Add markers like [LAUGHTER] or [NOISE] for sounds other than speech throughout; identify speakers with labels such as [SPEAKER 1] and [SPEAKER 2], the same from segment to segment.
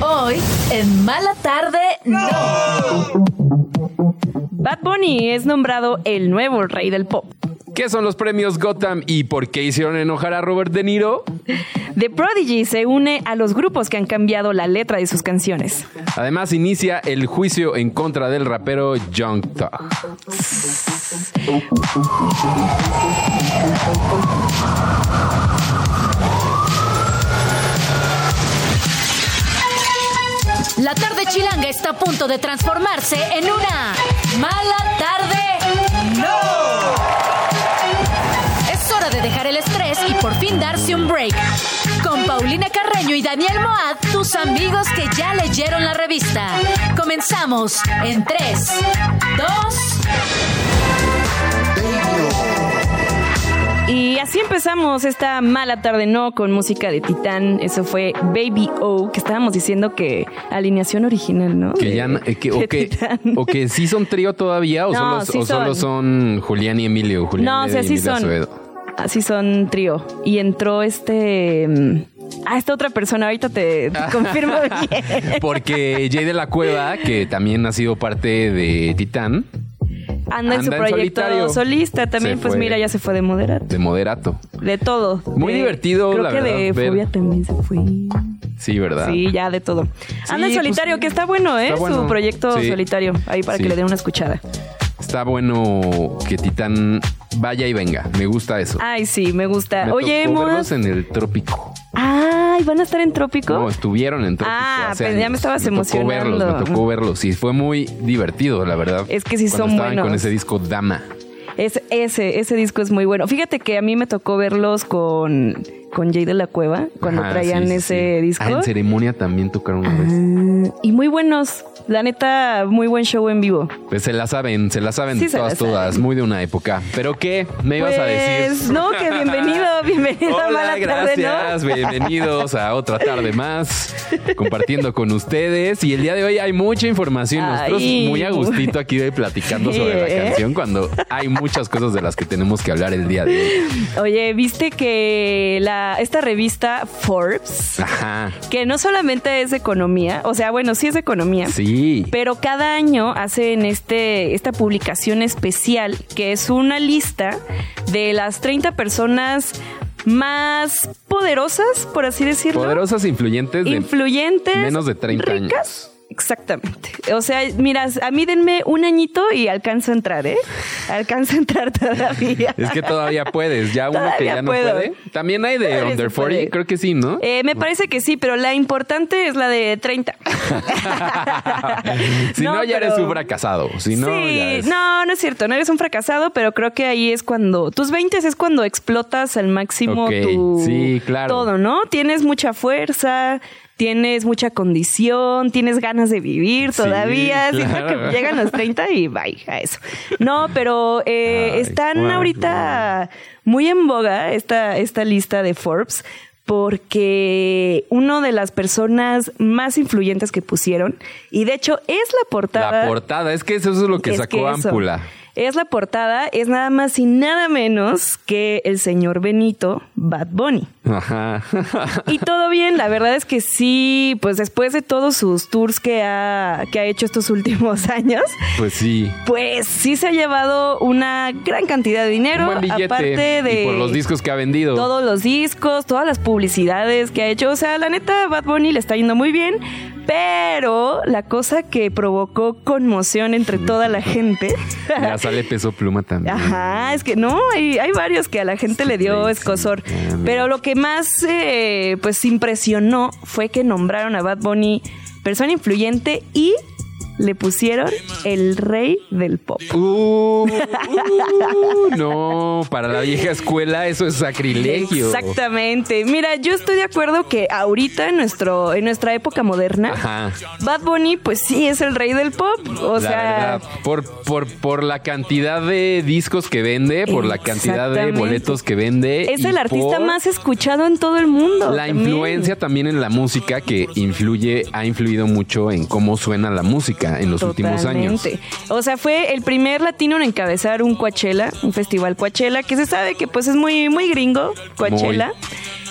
[SPEAKER 1] Hoy, en Mala Tarde, no.
[SPEAKER 2] Bad Bunny es nombrado el nuevo rey del pop.
[SPEAKER 3] ¿Qué son los premios Gotham y por qué hicieron enojar a Robert De Niro?
[SPEAKER 2] The Prodigy se une a los grupos que han cambiado la letra de sus canciones.
[SPEAKER 3] Además, inicia el juicio en contra del rapero Young Thug.
[SPEAKER 1] La tarde chilanga está a punto de transformarse en una mala tarde. ¡No! Es hora de dejar el estrés y por fin darse un break. Con Paulina Carreño y Daniel Moad, tus amigos que ya leyeron la revista. Comenzamos en 3, 2,
[SPEAKER 2] Y así empezamos esta mala tarde no con música de Titán. Eso fue Baby O, que estábamos diciendo que alineación original, ¿no?
[SPEAKER 3] Que ya, eh, que- o,
[SPEAKER 2] de
[SPEAKER 3] que,
[SPEAKER 2] Titán.
[SPEAKER 3] o que sí son trío todavía o,
[SPEAKER 2] No,
[SPEAKER 3] solo,
[SPEAKER 2] sí
[SPEAKER 3] o solo son Julián y Emilio. Julián
[SPEAKER 2] No, o sea,
[SPEAKER 3] y
[SPEAKER 2] sí
[SPEAKER 3] Emilio
[SPEAKER 2] son.
[SPEAKER 3] Acevedo.
[SPEAKER 2] Así son trío. Y entró este. mm, Ah, esta otra persona,
[SPEAKER 3] [LAUGHS]
[SPEAKER 2] ahorita te, te confirmo bien.
[SPEAKER 3] Porque Jay de la Cueva, que también ha sido parte de Titán,
[SPEAKER 2] Anda en su
[SPEAKER 3] Anda en
[SPEAKER 2] proyecto
[SPEAKER 3] solitario.
[SPEAKER 2] solista también,
[SPEAKER 3] Se
[SPEAKER 2] pues
[SPEAKER 3] fue.
[SPEAKER 2] mira, ya se fue de moderato.
[SPEAKER 3] de Moderato.
[SPEAKER 2] De todo.
[SPEAKER 3] Muy
[SPEAKER 2] De-
[SPEAKER 3] divertido,
[SPEAKER 2] Creo
[SPEAKER 3] la
[SPEAKER 2] que
[SPEAKER 3] verdad,
[SPEAKER 2] de
[SPEAKER 3] ver-
[SPEAKER 2] Fobia también se fue.
[SPEAKER 3] Sí, ¿verdad?
[SPEAKER 2] Sí, ya de todo. Anda en
[SPEAKER 3] pues,
[SPEAKER 2] solitario, que está bueno, ¿eh?
[SPEAKER 3] está bueno.
[SPEAKER 2] Su proyecto
[SPEAKER 3] Sí.
[SPEAKER 2] solitario, ahí para
[SPEAKER 3] Sí.
[SPEAKER 2] que le den una escuchada.
[SPEAKER 3] Está bueno que Titán vaya y venga. Me gusta eso.
[SPEAKER 2] Ay, sí, me gusta.
[SPEAKER 3] Me
[SPEAKER 2] Ah, Oye,
[SPEAKER 3] tocó
[SPEAKER 2] Moa.
[SPEAKER 3] verlos en el trópico.
[SPEAKER 2] Ay, ¿van a estar en Trópico?
[SPEAKER 3] No, estuvieron en trópico.
[SPEAKER 2] Ah,
[SPEAKER 3] hace
[SPEAKER 2] pues ya
[SPEAKER 3] años.
[SPEAKER 2] me estabas
[SPEAKER 3] Tocó
[SPEAKER 2] emocionando.
[SPEAKER 3] verlos, me tocó verlos. Y fue muy divertido, la verdad.
[SPEAKER 2] Es que sí
[SPEAKER 3] Cuando
[SPEAKER 2] son
[SPEAKER 3] estaban
[SPEAKER 2] buenos.
[SPEAKER 3] con ese disco Dama.
[SPEAKER 2] Es, ese, ese disco es muy bueno. Fíjate que a mí me tocó verlos con, con Jay de la Cueva cuando
[SPEAKER 3] Ajá,
[SPEAKER 2] traían
[SPEAKER 3] sí, sí,
[SPEAKER 2] ese
[SPEAKER 3] sí.
[SPEAKER 2] disco.
[SPEAKER 3] Ah, en ceremonia también tocaron una vez.
[SPEAKER 2] Ah, y muy buenos. La neta, muy buen show en vivo.
[SPEAKER 3] Pues se la saben, se la saben
[SPEAKER 2] Sí, se la
[SPEAKER 3] todas,
[SPEAKER 2] saben.
[SPEAKER 3] todas. Muy de una época. ¿Pero qué? ¿Me ibas a
[SPEAKER 2] Pues,
[SPEAKER 3] decir?
[SPEAKER 2] no,
[SPEAKER 3] [LAUGHS]
[SPEAKER 2] que bienvenido, bienvenido a
[SPEAKER 3] Hola,
[SPEAKER 2] Mala Tarde,
[SPEAKER 3] gracias.
[SPEAKER 2] ¿no?
[SPEAKER 3] Bienvenidos a otra tarde más, compartiendo con ustedes. Y el día de hoy hay mucha información. Nosotros
[SPEAKER 2] Ay.
[SPEAKER 3] muy a gustito aquí de platicando
[SPEAKER 2] Sí,
[SPEAKER 3] sobre
[SPEAKER 2] ¿eh?
[SPEAKER 3] la canción cuando hay muchas cosas de las que tenemos que hablar el día de hoy.
[SPEAKER 2] Oye, ¿viste que la, esta revista
[SPEAKER 3] Ah.
[SPEAKER 2] Forbes,
[SPEAKER 3] Ajá.
[SPEAKER 2] que no solamente es economía, o sea, bueno, sí es economía,
[SPEAKER 3] Sí.
[SPEAKER 2] Pero cada año hacen este, esta publicación especial que es una lista de las 30 personas más poderosas, por así decirlo.
[SPEAKER 3] Poderosas influyentes de
[SPEAKER 2] Influyentes.
[SPEAKER 3] menos de 30
[SPEAKER 2] ricas.
[SPEAKER 3] años.
[SPEAKER 2] Exactamente. O sea, mira, a mí denme un añito y alcanzo a entrar, ¿eh? Alcanzo a entrar todavía.
[SPEAKER 3] [LAUGHS] Es que todavía puedes, ya uno que
[SPEAKER 2] Todavía
[SPEAKER 3] ya no
[SPEAKER 2] puedo.
[SPEAKER 3] puede. También hay de
[SPEAKER 2] Todavía
[SPEAKER 3] Under
[SPEAKER 2] se puede.
[SPEAKER 3] 40, creo que sí, ¿no?
[SPEAKER 2] Eh, me parece que sí, pero la importante es la de 30.
[SPEAKER 3] [LAUGHS] si no, ya eres
[SPEAKER 2] pero-
[SPEAKER 3] un fracasado. Si no,
[SPEAKER 2] sí,
[SPEAKER 3] ya eres-
[SPEAKER 2] no, no es cierto, no eres un fracasado, pero creo que ahí es cuando tus 20 es cuando explotas al máximo
[SPEAKER 3] Ok,
[SPEAKER 2] tu
[SPEAKER 3] sí, claro.
[SPEAKER 2] todo, ¿no? Tienes mucha fuerza, tienes mucha condición, tienes ganas de vivir
[SPEAKER 3] Sí,
[SPEAKER 2] todavía, [LAUGHS] siento
[SPEAKER 3] claro.
[SPEAKER 2] que llegan los 30 y bye a eso. No, pero eh,
[SPEAKER 3] Ay,
[SPEAKER 2] están
[SPEAKER 3] cuatro.
[SPEAKER 2] ahorita muy en boga esta, esta lista de Forbes porque una de las personas más influyentes que pusieron, y de hecho es la portada
[SPEAKER 3] La portada, es que eso es lo que
[SPEAKER 2] es
[SPEAKER 3] sacó
[SPEAKER 2] que eso.
[SPEAKER 3] Ámpula.
[SPEAKER 2] Es la portada, es nada más y nada menos que el señor Benito Bad Bunny.
[SPEAKER 3] Ajá. [LAUGHS]
[SPEAKER 2] Y todo bien, la verdad es que sí, pues después de todos sus tours que ha, que ha hecho estos últimos [LAUGHS] años,
[SPEAKER 3] Pues sí.
[SPEAKER 2] pues sí se ha llevado una gran cantidad de dinero.
[SPEAKER 3] Un buen billete.
[SPEAKER 2] aparte de
[SPEAKER 3] y por los discos que ha vendido.
[SPEAKER 2] todos los discos, todas las publicidades que ha hecho. O sea, la neta, Bad Bunny le está yendo muy bien. Pero la cosa que provocó conmoción entre toda
[SPEAKER 3] [LAUGHS]
[SPEAKER 2] la gente.
[SPEAKER 3] Ya sale peso pluma también.
[SPEAKER 2] Ajá, es que no, hay, hay varios que a la gente le dio
[SPEAKER 3] crazy.
[SPEAKER 2] escosor.
[SPEAKER 3] Ah, mira.
[SPEAKER 2] Pero lo que más eh, pues impresionó fue que nombraron a Bad Bunny persona influyente y le pusieron el rey del pop.
[SPEAKER 3] Uh,
[SPEAKER 2] [LAUGHS]
[SPEAKER 3] uh, no, para la vieja escuela eso es sacrilegio.
[SPEAKER 2] Exactamente. Mira, yo estoy de acuerdo que ahorita en nuestro, en nuestra época moderna,
[SPEAKER 3] Ajá.
[SPEAKER 2] Bad Bunny, pues sí es el rey del pop.
[SPEAKER 3] la
[SPEAKER 2] O sea,
[SPEAKER 3] verdad, por, por, por la cantidad de discos que vende, por la cantidad de
[SPEAKER 2] Exactamente.
[SPEAKER 3] boletos que vende.
[SPEAKER 2] es
[SPEAKER 3] y
[SPEAKER 2] el artista
[SPEAKER 3] por
[SPEAKER 2] más escuchado en todo el mundo.
[SPEAKER 3] La
[SPEAKER 2] también.
[SPEAKER 3] influencia también en la música que influye, ha influido mucho en cómo suena la música en los últimos años.
[SPEAKER 2] Totalmente. O sea, fue el primer latino en encabezar un Coachella, un festival Coachella, que se sabe que pues es muy, muy gringo, Coachella.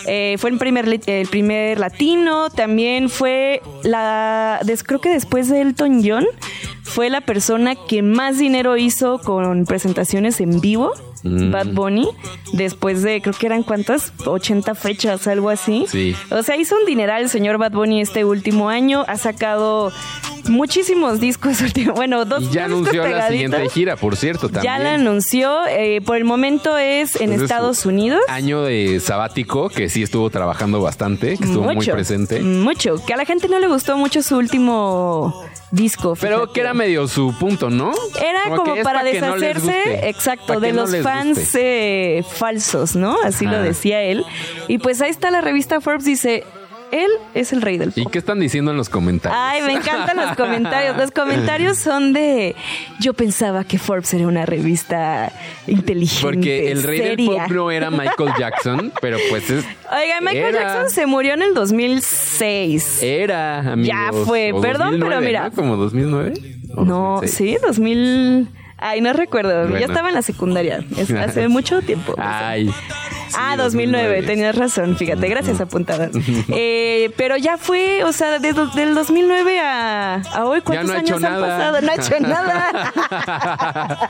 [SPEAKER 2] Eh, fue el primer, el primer latino, también fue la, des, creo que después de Elton John, fue la persona que más dinero hizo con presentaciones en vivo. Mm. Bad Bunny, después de creo que eran cuántas, 80 fechas, algo así.
[SPEAKER 3] Sí.
[SPEAKER 2] O sea, hizo un dineral el señor Bad Bunny este último año, ha sacado muchísimos discos, [LAUGHS] bueno, dos
[SPEAKER 3] Y ya
[SPEAKER 2] discos
[SPEAKER 3] anunció la
[SPEAKER 2] pegaditos.
[SPEAKER 3] siguiente gira, por cierto, también.
[SPEAKER 2] Ya la anunció, eh, por el momento es en
[SPEAKER 3] Entonces,
[SPEAKER 2] Estados
[SPEAKER 3] su
[SPEAKER 2] Unidos.
[SPEAKER 3] Año de sabático, que sí estuvo trabajando bastante, que estuvo muy presente.
[SPEAKER 2] Mm, Mucho. Que a la gente no le gustó mucho su último disco.
[SPEAKER 3] Pero
[SPEAKER 2] fíjate.
[SPEAKER 3] que era medio su punto, ¿no?
[SPEAKER 2] Era como,
[SPEAKER 3] que es
[SPEAKER 2] para
[SPEAKER 3] que no les
[SPEAKER 2] deshacerse,
[SPEAKER 3] guste,
[SPEAKER 2] exacto,
[SPEAKER 3] pa' que
[SPEAKER 2] de
[SPEAKER 3] no
[SPEAKER 2] los
[SPEAKER 3] les
[SPEAKER 2] fans
[SPEAKER 3] guste.
[SPEAKER 2] eh, falsos, ¿no? Así
[SPEAKER 3] Ajá.
[SPEAKER 2] lo decía él. Y pues ahí está la revista Forbes, dice, él es el rey del
[SPEAKER 3] ¿Y
[SPEAKER 2] pop.
[SPEAKER 3] qué están diciendo en los comentarios?
[SPEAKER 2] Ay, me encantan
[SPEAKER 3] [LAUGHS]
[SPEAKER 2] los comentarios. Los comentarios son de, yo pensaba que Forbes era una revista inteligente,
[SPEAKER 3] Porque el rey del pop
[SPEAKER 2] seria".
[SPEAKER 3] no era Michael Jackson, pero pues es.
[SPEAKER 2] Oiga, Michael
[SPEAKER 3] era-
[SPEAKER 2] Jackson se murió en el 2006.
[SPEAKER 3] Era, amigos.
[SPEAKER 2] Ya fue,
[SPEAKER 3] o
[SPEAKER 2] perdón, pero
[SPEAKER 3] 2009,
[SPEAKER 2] mira.
[SPEAKER 3] ¿no? ¿Como 2009? o
[SPEAKER 2] No,
[SPEAKER 3] 2006.
[SPEAKER 2] sí, 2000. Ay, no recuerdo.
[SPEAKER 3] Bueno.
[SPEAKER 2] Yo estaba en la secundaria.
[SPEAKER 3] [LAUGHS]
[SPEAKER 2] Es- hace mucho tiempo.
[SPEAKER 3] Ay.
[SPEAKER 2] ah,
[SPEAKER 3] sí,
[SPEAKER 2] 2009. Tenías razón. Fíjate, gracias
[SPEAKER 3] [LAUGHS]
[SPEAKER 2] apuntada. Eh, pero ya fue, o sea, desde del 2009 a, a hoy, ¿cuántos
[SPEAKER 3] no ha
[SPEAKER 2] años
[SPEAKER 3] hecho
[SPEAKER 2] han
[SPEAKER 3] nada.
[SPEAKER 2] pasado? No
[SPEAKER 3] [LAUGHS]
[SPEAKER 2] ha hecho nada.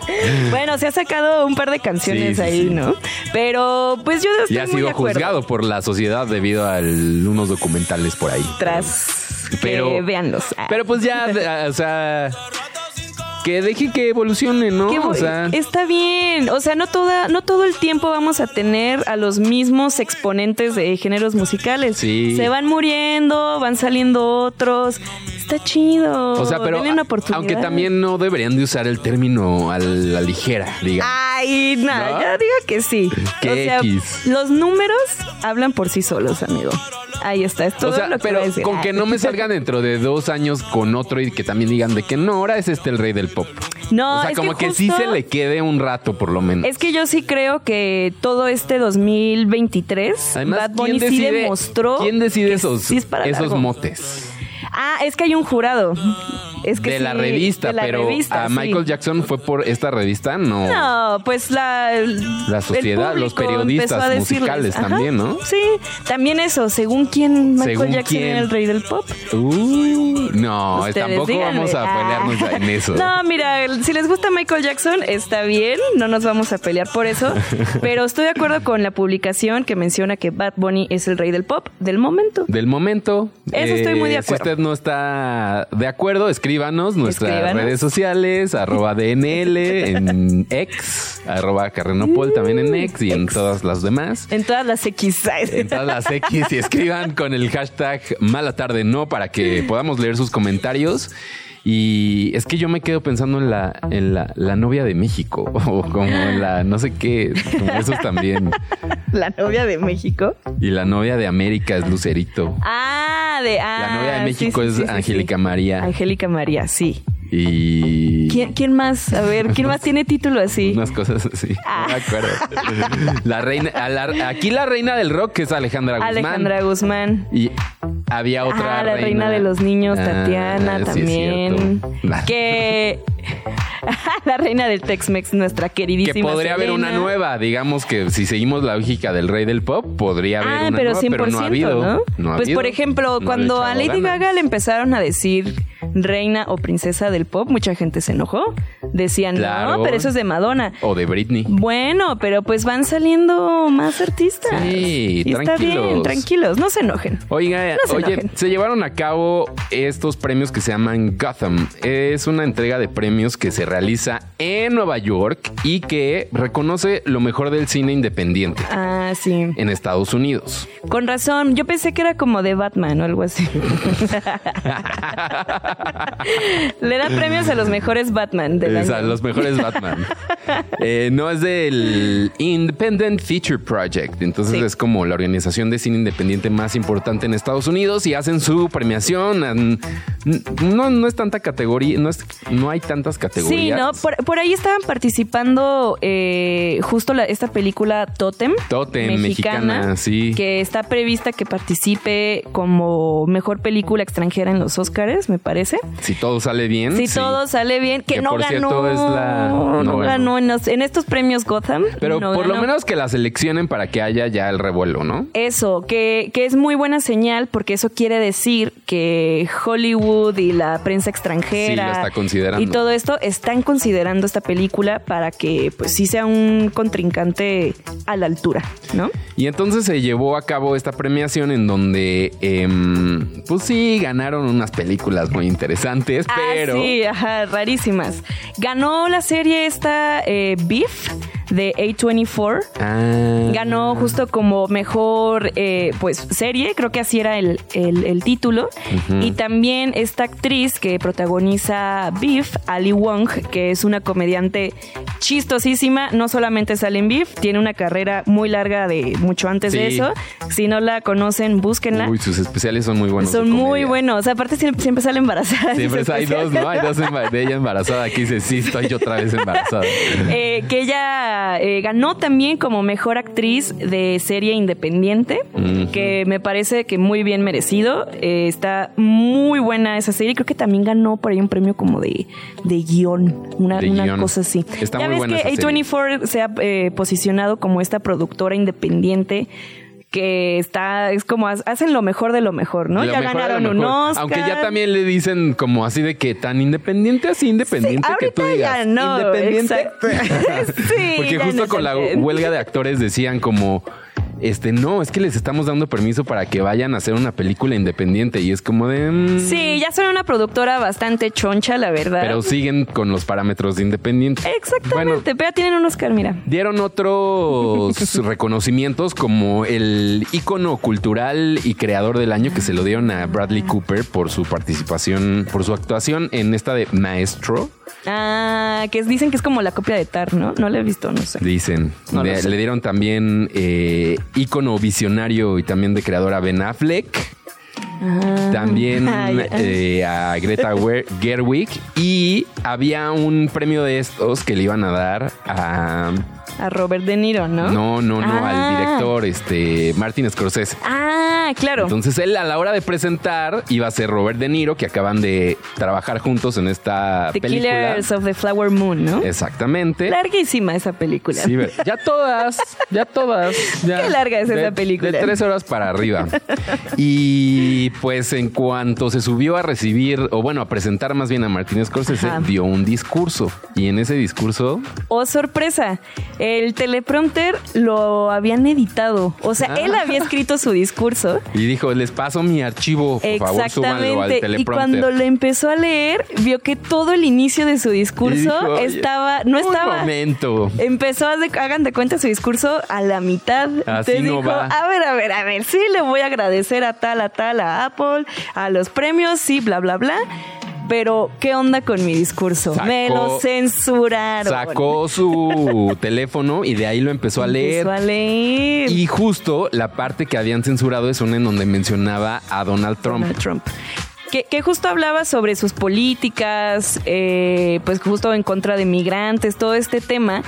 [SPEAKER 2] bueno, se ha sacado un par de canciones
[SPEAKER 3] Sí, sí,
[SPEAKER 2] ahí,
[SPEAKER 3] sí.
[SPEAKER 2] ¿no? Pero pues yo estoy
[SPEAKER 3] Y ha
[SPEAKER 2] muy de
[SPEAKER 3] sido
[SPEAKER 2] acuerdo.
[SPEAKER 3] juzgado por la sociedad debido a el- unos documentales por ahí.
[SPEAKER 2] Tras.
[SPEAKER 3] Pero-
[SPEAKER 2] que véanlos. Ah.
[SPEAKER 3] Pero pues ya, de- a- o sea, que deje que evolucione, ¿no?
[SPEAKER 2] Qué bu-
[SPEAKER 3] o sea,
[SPEAKER 2] está bien. O sea, no toda, no todo el tiempo vamos a tener a los mismos exponentes de géneros musicales.
[SPEAKER 3] Sí.
[SPEAKER 2] Se van muriendo, van saliendo otros. Está chido.
[SPEAKER 3] o sea, pero
[SPEAKER 2] Denle una oportunidad.
[SPEAKER 3] aunque también no deberían de usar el término a la ligera, digamos.
[SPEAKER 2] Ah, Ay, nada,
[SPEAKER 3] ¿No?
[SPEAKER 2] ya digo que sí.
[SPEAKER 3] Qué
[SPEAKER 2] o sea,
[SPEAKER 3] X.
[SPEAKER 2] los números hablan por sí solos, amigo. Ahí está, es todo
[SPEAKER 3] o sea,
[SPEAKER 2] lo que
[SPEAKER 3] pero
[SPEAKER 2] voy a decir. Ah.
[SPEAKER 3] con
[SPEAKER 2] Ay.
[SPEAKER 3] que no me salgan dentro de dos años con otro y que también digan de que no, ahora es este el rey del pop.
[SPEAKER 2] [LAUGHS]
[SPEAKER 3] o
[SPEAKER 2] No,
[SPEAKER 3] sea,
[SPEAKER 2] Ah, es
[SPEAKER 3] como que,
[SPEAKER 2] que,
[SPEAKER 3] sí
[SPEAKER 2] justo-
[SPEAKER 3] se le quede un rato por lo menos.
[SPEAKER 2] Es que yo sí creo que todo este 2023
[SPEAKER 3] Además,
[SPEAKER 2] Bad Bunny
[SPEAKER 3] ¿quién
[SPEAKER 2] sí
[SPEAKER 3] decide,
[SPEAKER 2] demostró
[SPEAKER 3] ¿quién decide
[SPEAKER 2] que
[SPEAKER 3] esos,
[SPEAKER 2] sí es para
[SPEAKER 3] esos
[SPEAKER 2] largo.
[SPEAKER 3] motes?
[SPEAKER 2] Ah, es que hay un jurado. Es que
[SPEAKER 3] de
[SPEAKER 2] sí,
[SPEAKER 3] la revista,
[SPEAKER 2] de la
[SPEAKER 3] pero
[SPEAKER 2] revista,
[SPEAKER 3] a
[SPEAKER 2] sí.
[SPEAKER 3] Michael Jackson fue por esta revista, no.
[SPEAKER 2] No, pues la,
[SPEAKER 3] La sociedad,
[SPEAKER 2] el
[SPEAKER 3] los
[SPEAKER 2] público
[SPEAKER 3] periodistas
[SPEAKER 2] empezó a decirles,
[SPEAKER 3] musicales
[SPEAKER 2] ajá,
[SPEAKER 3] también, ¿no?
[SPEAKER 2] Sí, también eso, según quién Michael
[SPEAKER 3] Según
[SPEAKER 2] Jackson
[SPEAKER 3] quién.
[SPEAKER 2] era el rey del pop.
[SPEAKER 3] Uy, no,
[SPEAKER 2] Ustedes
[SPEAKER 3] tampoco
[SPEAKER 2] díganme.
[SPEAKER 3] vamos a
[SPEAKER 2] Ah.
[SPEAKER 3] pelearnos en eso.
[SPEAKER 2] [LAUGHS] No, mira, el- si les gusta Michael Jackson, está bien, no nos vamos a pelear
[SPEAKER 3] [LAUGHS]
[SPEAKER 2] por eso, pero estoy de acuerdo con la publicación que menciona que Bad Bunny es el rey del pop del momento.
[SPEAKER 3] Del momento. eh,
[SPEAKER 2] Eso estoy muy de
[SPEAKER 3] Si
[SPEAKER 2] acuerdo.
[SPEAKER 3] usted no está de acuerdo, escríbanos nuestras
[SPEAKER 2] Escríbanos.
[SPEAKER 3] redes
[SPEAKER 2] [LAUGHS]
[SPEAKER 3] sociales, arroba DNL en X, arroba Carrenopol también en X y en
[SPEAKER 2] X.
[SPEAKER 3] todas las demás.
[SPEAKER 2] En todas las X. [LAUGHS]
[SPEAKER 3] En todas las X y escriban con el hashtag mala tarde no para que podamos leer sus comentarios. Y es que yo me quedo pensando en la, en la, la novia de México [LAUGHS] o como en la no sé qué, como esos también.
[SPEAKER 2] La novia de México.
[SPEAKER 3] Y la novia de América es Lucerito.
[SPEAKER 2] Ah, de.
[SPEAKER 3] La
[SPEAKER 2] ah,
[SPEAKER 3] novia de
[SPEAKER 2] sí,
[SPEAKER 3] México
[SPEAKER 2] sí,
[SPEAKER 3] es
[SPEAKER 2] sí, sí,
[SPEAKER 3] Angélica
[SPEAKER 2] sí.
[SPEAKER 3] María.
[SPEAKER 2] Angélica María, sí.
[SPEAKER 3] Y.
[SPEAKER 2] ¿Quién, quién más? A ver, ¿quién más tiene título así?
[SPEAKER 3] Unas cosas así.
[SPEAKER 2] Ah.
[SPEAKER 3] No me acuerdo. La reina. a la- aquí la reina del rock es Alejandra Guzmán.
[SPEAKER 2] Alejandra Guzmán.
[SPEAKER 3] Y había otra.
[SPEAKER 2] Ah, la reina. de los niños,
[SPEAKER 3] Ah,
[SPEAKER 2] Tatiana
[SPEAKER 3] sí es
[SPEAKER 2] también.
[SPEAKER 3] cierto. La-
[SPEAKER 2] que. [LAUGHS] la reina del Tex-Mex, nuestra queridísima.
[SPEAKER 3] Que podría haber
[SPEAKER 2] Selena.
[SPEAKER 3] una nueva, digamos que si seguimos la lógica del rey del pop, podría haber
[SPEAKER 2] Ah,
[SPEAKER 3] una
[SPEAKER 2] pero
[SPEAKER 3] nueva,
[SPEAKER 2] 100%,
[SPEAKER 3] pero no ha habido.
[SPEAKER 2] ¿no?
[SPEAKER 3] no ha
[SPEAKER 2] pues,
[SPEAKER 3] habido.
[SPEAKER 2] por ejemplo,
[SPEAKER 3] No le
[SPEAKER 2] cuando
[SPEAKER 3] he
[SPEAKER 2] a
[SPEAKER 3] echado
[SPEAKER 2] Lady
[SPEAKER 3] ganas.
[SPEAKER 2] Gaga le empezaron a decir reina o princesa del pop, mucha gente se enojó. Decían,
[SPEAKER 3] Claro.
[SPEAKER 2] no, pero eso es de Madonna.
[SPEAKER 3] O de Britney.
[SPEAKER 2] Bueno, pero pues van saliendo más artistas.
[SPEAKER 3] Sí,
[SPEAKER 2] y está bien,
[SPEAKER 3] tranquilos.
[SPEAKER 2] tranquilos, no se enojen.
[SPEAKER 3] Oiga,
[SPEAKER 2] No se
[SPEAKER 3] oye,
[SPEAKER 2] enojen.
[SPEAKER 3] se llevaron a cabo estos premios que se llaman Gotham. Es una entrega de premios que se realiza en Nueva York y que reconoce lo mejor del cine independiente
[SPEAKER 2] Ah, sí.
[SPEAKER 3] en Estados
[SPEAKER 2] [LAUGHS]
[SPEAKER 3] Unidos.
[SPEAKER 2] Con razón, yo pensé que era como de Batman o algo así. Le da premios a los mejores Batman del
[SPEAKER 3] O sea,
[SPEAKER 2] año.
[SPEAKER 3] los mejores
[SPEAKER 2] [LAUGHS]
[SPEAKER 3] Batman. Eh, no es del Independent Feature Project. Entonces
[SPEAKER 2] Sí.
[SPEAKER 3] es como la organización de cine independiente más importante en Estados Unidos y hacen su premiación. han- no, no es tanta categoría, no, es, no hay tantas
[SPEAKER 2] Sí,
[SPEAKER 3] categorías.
[SPEAKER 2] ¿no? Por, por ahí estaban participando eh, justo la- esta película Totem.
[SPEAKER 3] Totem, mexicana, sí.
[SPEAKER 2] Que está prevista que participe como mejor película extranjera en los Óscares, me parece.
[SPEAKER 3] Si todo sale bien.
[SPEAKER 2] Si
[SPEAKER 3] Mm, sí.
[SPEAKER 2] todo sale bien, que,
[SPEAKER 3] Que
[SPEAKER 2] no
[SPEAKER 3] por
[SPEAKER 2] ganó.
[SPEAKER 3] cierto es la-
[SPEAKER 2] No,
[SPEAKER 3] no ganó.
[SPEAKER 2] ganó en, los- en estos premios Gotham.
[SPEAKER 3] Pero
[SPEAKER 2] no
[SPEAKER 3] por lo
[SPEAKER 2] ganó.
[SPEAKER 3] menos que la seleccionen para que haya ya el revuelo, ¿no?
[SPEAKER 2] Eso, que, que es muy buena señal porque eso quiere decir que Hollywood y la prensa extranjera
[SPEAKER 3] Sí, lo está considerando.
[SPEAKER 2] y todo esto están considerando esta película para que pues sí sea un contrincante a la altura, ¿no?
[SPEAKER 3] Y entonces se llevó a cabo esta premiación en donde, em, pues sí, ganaron unas películas muy interesantes, pero...
[SPEAKER 2] Ah, sí, ajá, rarísimas. Ganó la serie esta eh, Beef de A24.
[SPEAKER 3] Ah.
[SPEAKER 2] Ganó justo como mejor eh, pues serie, creo que así era el, el- el título. Y también esta actriz que protagoniza Beef, Ali Wong, que es una comediante chistosísima, no solamente sale en Beef, tiene una carrera muy larga de mucho antes de
[SPEAKER 3] Sí.
[SPEAKER 2] eso. Si no la conocen, búsquenla.
[SPEAKER 3] Uy, sus especiales son muy buenos. de
[SPEAKER 2] Son muy
[SPEAKER 3] comedia.
[SPEAKER 2] buenos. Aparte siempre, siempre sale embarazada. [LAUGHS] "Pues, en
[SPEAKER 3] Siempre
[SPEAKER 2] sus
[SPEAKER 3] hay dos, ¿no? Hay
[SPEAKER 2] especiales.
[SPEAKER 3] dos emba- de ella embarazada que dice, sí, estoy yo otra vez embarazada.
[SPEAKER 2] Eh, que ella eh, ganó también como mejor actriz de serie independiente,
[SPEAKER 3] Ujú.
[SPEAKER 2] que me parece que muy bien merecido. Eh, está muy buena esa serie. Creo que también ganó por ahí un premio como de, de guión, una,
[SPEAKER 3] De
[SPEAKER 2] una
[SPEAKER 3] guión.
[SPEAKER 2] cosa así.
[SPEAKER 3] Está
[SPEAKER 2] ya
[SPEAKER 3] muy
[SPEAKER 2] ves
[SPEAKER 3] buena esa
[SPEAKER 2] que
[SPEAKER 3] serie.
[SPEAKER 2] A24 se ha eh, posicionado como esta productora independiente que está, es como, ha- hacen lo mejor de lo mejor, ¿no?
[SPEAKER 3] Lo
[SPEAKER 2] ya
[SPEAKER 3] mejor de lo
[SPEAKER 2] ganaron un
[SPEAKER 3] mejor.
[SPEAKER 2] Oscar.
[SPEAKER 3] Aunque ya también le dicen como así de que tan independiente así independiente
[SPEAKER 2] Sí,
[SPEAKER 3] que tú
[SPEAKER 2] ahorita
[SPEAKER 3] digas.
[SPEAKER 2] ya no,
[SPEAKER 3] independiente. [LAUGHS]
[SPEAKER 2] exacto. [LAUGHS] Sí,
[SPEAKER 3] Porque
[SPEAKER 2] ya
[SPEAKER 3] justo
[SPEAKER 2] no
[SPEAKER 3] con la
[SPEAKER 2] también.
[SPEAKER 3] huelga de actores decían como este no, es que les estamos dando permiso para que vayan a hacer una película independiente y es como de mm,
[SPEAKER 2] Sí, ya son una productora bastante choncha, la verdad.
[SPEAKER 3] pero siguen con los parámetros de independiente.
[SPEAKER 2] Exactamente,
[SPEAKER 3] Bueno,
[SPEAKER 2] pero ya tienen un Oscar, mira.
[SPEAKER 3] Dieron
[SPEAKER 2] [LAUGHS]
[SPEAKER 3] otros reconocimientos como el ícono cultural y creador del año que se lo dieron a Bradley Cooper por su participación, por su actuación en esta de Maestro,
[SPEAKER 2] Ah, que es- dicen que es como la copia de Tar, ¿no? No la he visto, no sé.
[SPEAKER 3] dicen.
[SPEAKER 2] No lo
[SPEAKER 3] Le-
[SPEAKER 2] sé.
[SPEAKER 3] le dieron también eh, ícono visionario y también de creadora Ben Affleck.
[SPEAKER 2] Ah.
[SPEAKER 3] También
[SPEAKER 2] Ay, ay.
[SPEAKER 3] eh, a Greta Wer- Gerwig y había un premio de estos que le iban a dar a
[SPEAKER 2] A Robert De Niro, ¿no?
[SPEAKER 3] no no no
[SPEAKER 2] Ah.
[SPEAKER 3] al director este Martin Scorsese
[SPEAKER 2] Ah, claro.
[SPEAKER 3] Entonces él a la hora de presentar iba a ser Robert De Niro, que acaban de trabajar juntos en esta
[SPEAKER 2] the
[SPEAKER 3] película.
[SPEAKER 2] Killers of the Flower Moon, ¿no?
[SPEAKER 3] Exactamente.
[SPEAKER 2] Larguísima esa película.
[SPEAKER 3] Sí, ve- ya todas, ya todas. ya.
[SPEAKER 2] Qué larga es
[SPEAKER 3] De-
[SPEAKER 2] esa película.
[SPEAKER 3] De tres horas para arriba. Y pues en cuanto se subió a recibir, o bueno, a presentar más bien a Martín Scorsese,
[SPEAKER 2] Ajá.
[SPEAKER 3] dio un discurso. Y en ese discurso,
[SPEAKER 2] Oh, sorpresa, el teleprompter lo habían editado. O sea,
[SPEAKER 3] Ah.
[SPEAKER 2] él había escrito su discurso.
[SPEAKER 3] y dijo, les paso mi archivo, por favor, súbanlo al
[SPEAKER 2] Exactamente. Y
[SPEAKER 3] teleprompter.
[SPEAKER 2] cuando lo empezó a leer, vio que todo el inicio de su discurso
[SPEAKER 3] Y dijo, "Oye,
[SPEAKER 2] estaba, no
[SPEAKER 3] Un
[SPEAKER 2] estaba.
[SPEAKER 3] momento.
[SPEAKER 2] Empezó, haz de- hagan de cuenta su discurso a la mitad.
[SPEAKER 3] Así
[SPEAKER 2] Entonces
[SPEAKER 3] no
[SPEAKER 2] dijo,
[SPEAKER 3] va.
[SPEAKER 2] a ver, a ver, a ver, sí le voy a agradecer a tal, a tal, a Apple, a los premios, sí, bla, bla, bla. Pero, ¿qué onda con mi discurso?
[SPEAKER 3] Sacó-
[SPEAKER 2] Me lo censuraron.
[SPEAKER 3] Sacó su
[SPEAKER 2] [LAUGHS]
[SPEAKER 3] teléfono y de ahí lo empezó a leer.
[SPEAKER 2] Empezó a leer.
[SPEAKER 3] Y justo la parte que habían censurado es una en donde mencionaba a Donald Trump.
[SPEAKER 2] Donald Trump. Que, que justo hablaba sobre sus políticas, eh, pues justo en contra de migrantes, todo este tema.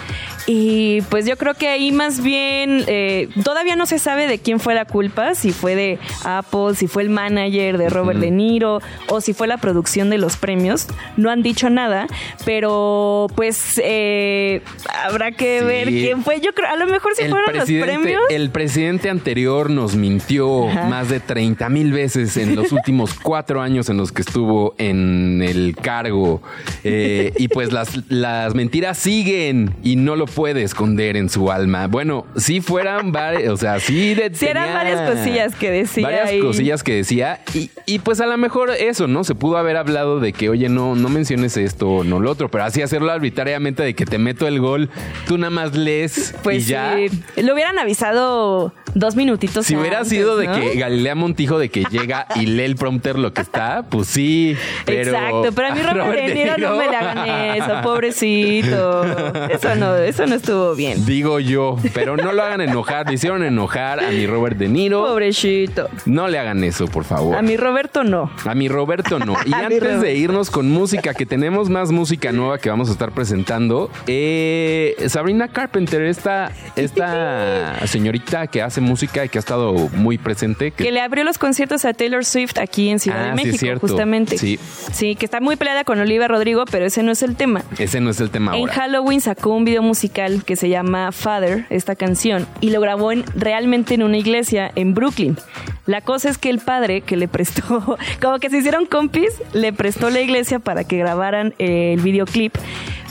[SPEAKER 2] Y pues yo creo que ahí más bien eh, todavía no se sabe de quién fue la culpa, si fue de Apple, si fue el manager de Robert De Niro o si fue la producción de los premios. No han dicho nada, pero pues eh, habrá que
[SPEAKER 3] Sí.
[SPEAKER 2] ver quién fue. Yo creo, a lo mejor si fueron los premios.
[SPEAKER 3] el presidente anterior nos mintió
[SPEAKER 2] Ajá.
[SPEAKER 3] más de 30 mil veces en
[SPEAKER 2] [LAUGHS]
[SPEAKER 3] los últimos cuatro años en los que estuvo en el cargo. Eh, y pues las, las mentiras siguen y no lo puede esconder en su alma. Bueno, si fueran varias, o sea, sí de,
[SPEAKER 2] Sí, eran
[SPEAKER 3] tenía
[SPEAKER 2] varias cosillas que decía
[SPEAKER 3] Varias
[SPEAKER 2] ahí.
[SPEAKER 3] cosillas que decía. Y, y pues a lo mejor eso, ¿no? Se pudo haber hablado de que, oye, no, no menciones esto, no lo otro, pero así hacerlo arbitrariamente de que te meto el gol, tú nada más lees
[SPEAKER 2] Pues
[SPEAKER 3] y ya.
[SPEAKER 2] sí, lo hubieran avisado dos minutitos.
[SPEAKER 3] Si hubiera
[SPEAKER 2] antes,
[SPEAKER 3] sido de
[SPEAKER 2] ¿no?
[SPEAKER 3] que Galilea Montijo de que llega y lee el prompter lo que está está, pues sí. Pero
[SPEAKER 2] Exacto, pero
[SPEAKER 3] [LAUGHS]
[SPEAKER 2] a mí Robert, De Niro no me le hagan eso, pobrecito. Eso no, eso no estuvo bien.
[SPEAKER 3] Digo yo, pero no lo hagan enojar, le hicieron enojar a mi Robert De Niro.
[SPEAKER 2] Pobrecito.
[SPEAKER 3] No le hagan eso, por favor.
[SPEAKER 2] A mi Roberto no.
[SPEAKER 3] A mi Roberto
[SPEAKER 2] [LAUGHS]
[SPEAKER 3] no. Y antes de irnos con música, que tenemos más música nueva que vamos a estar presentando, eh, Sabrina Carpenter, esta,
[SPEAKER 2] [LAUGHS]
[SPEAKER 3] esta señorita que hace música y que ha estado muy presente.
[SPEAKER 2] Que le abrió los conciertos a Taylor Swift aquí en Ciudad
[SPEAKER 3] Ah,
[SPEAKER 2] de
[SPEAKER 3] sí, es
[SPEAKER 2] México,
[SPEAKER 3] cierto.
[SPEAKER 2] justamente.
[SPEAKER 3] Sí.
[SPEAKER 2] Sí, que está muy peleada con Olivia Rodrigo, pero ese no es el tema.
[SPEAKER 3] Ese no es el tema
[SPEAKER 2] En
[SPEAKER 3] ahora.
[SPEAKER 2] Halloween sacó un video musical que se llama Father, esta canción, y lo grabó en- realmente en una iglesia en Brooklyn. La cosa es que el padre que le prestó, [LAUGHS] como que se hicieron compis, le prestó la iglesia para que grabaran eh, el videoclip,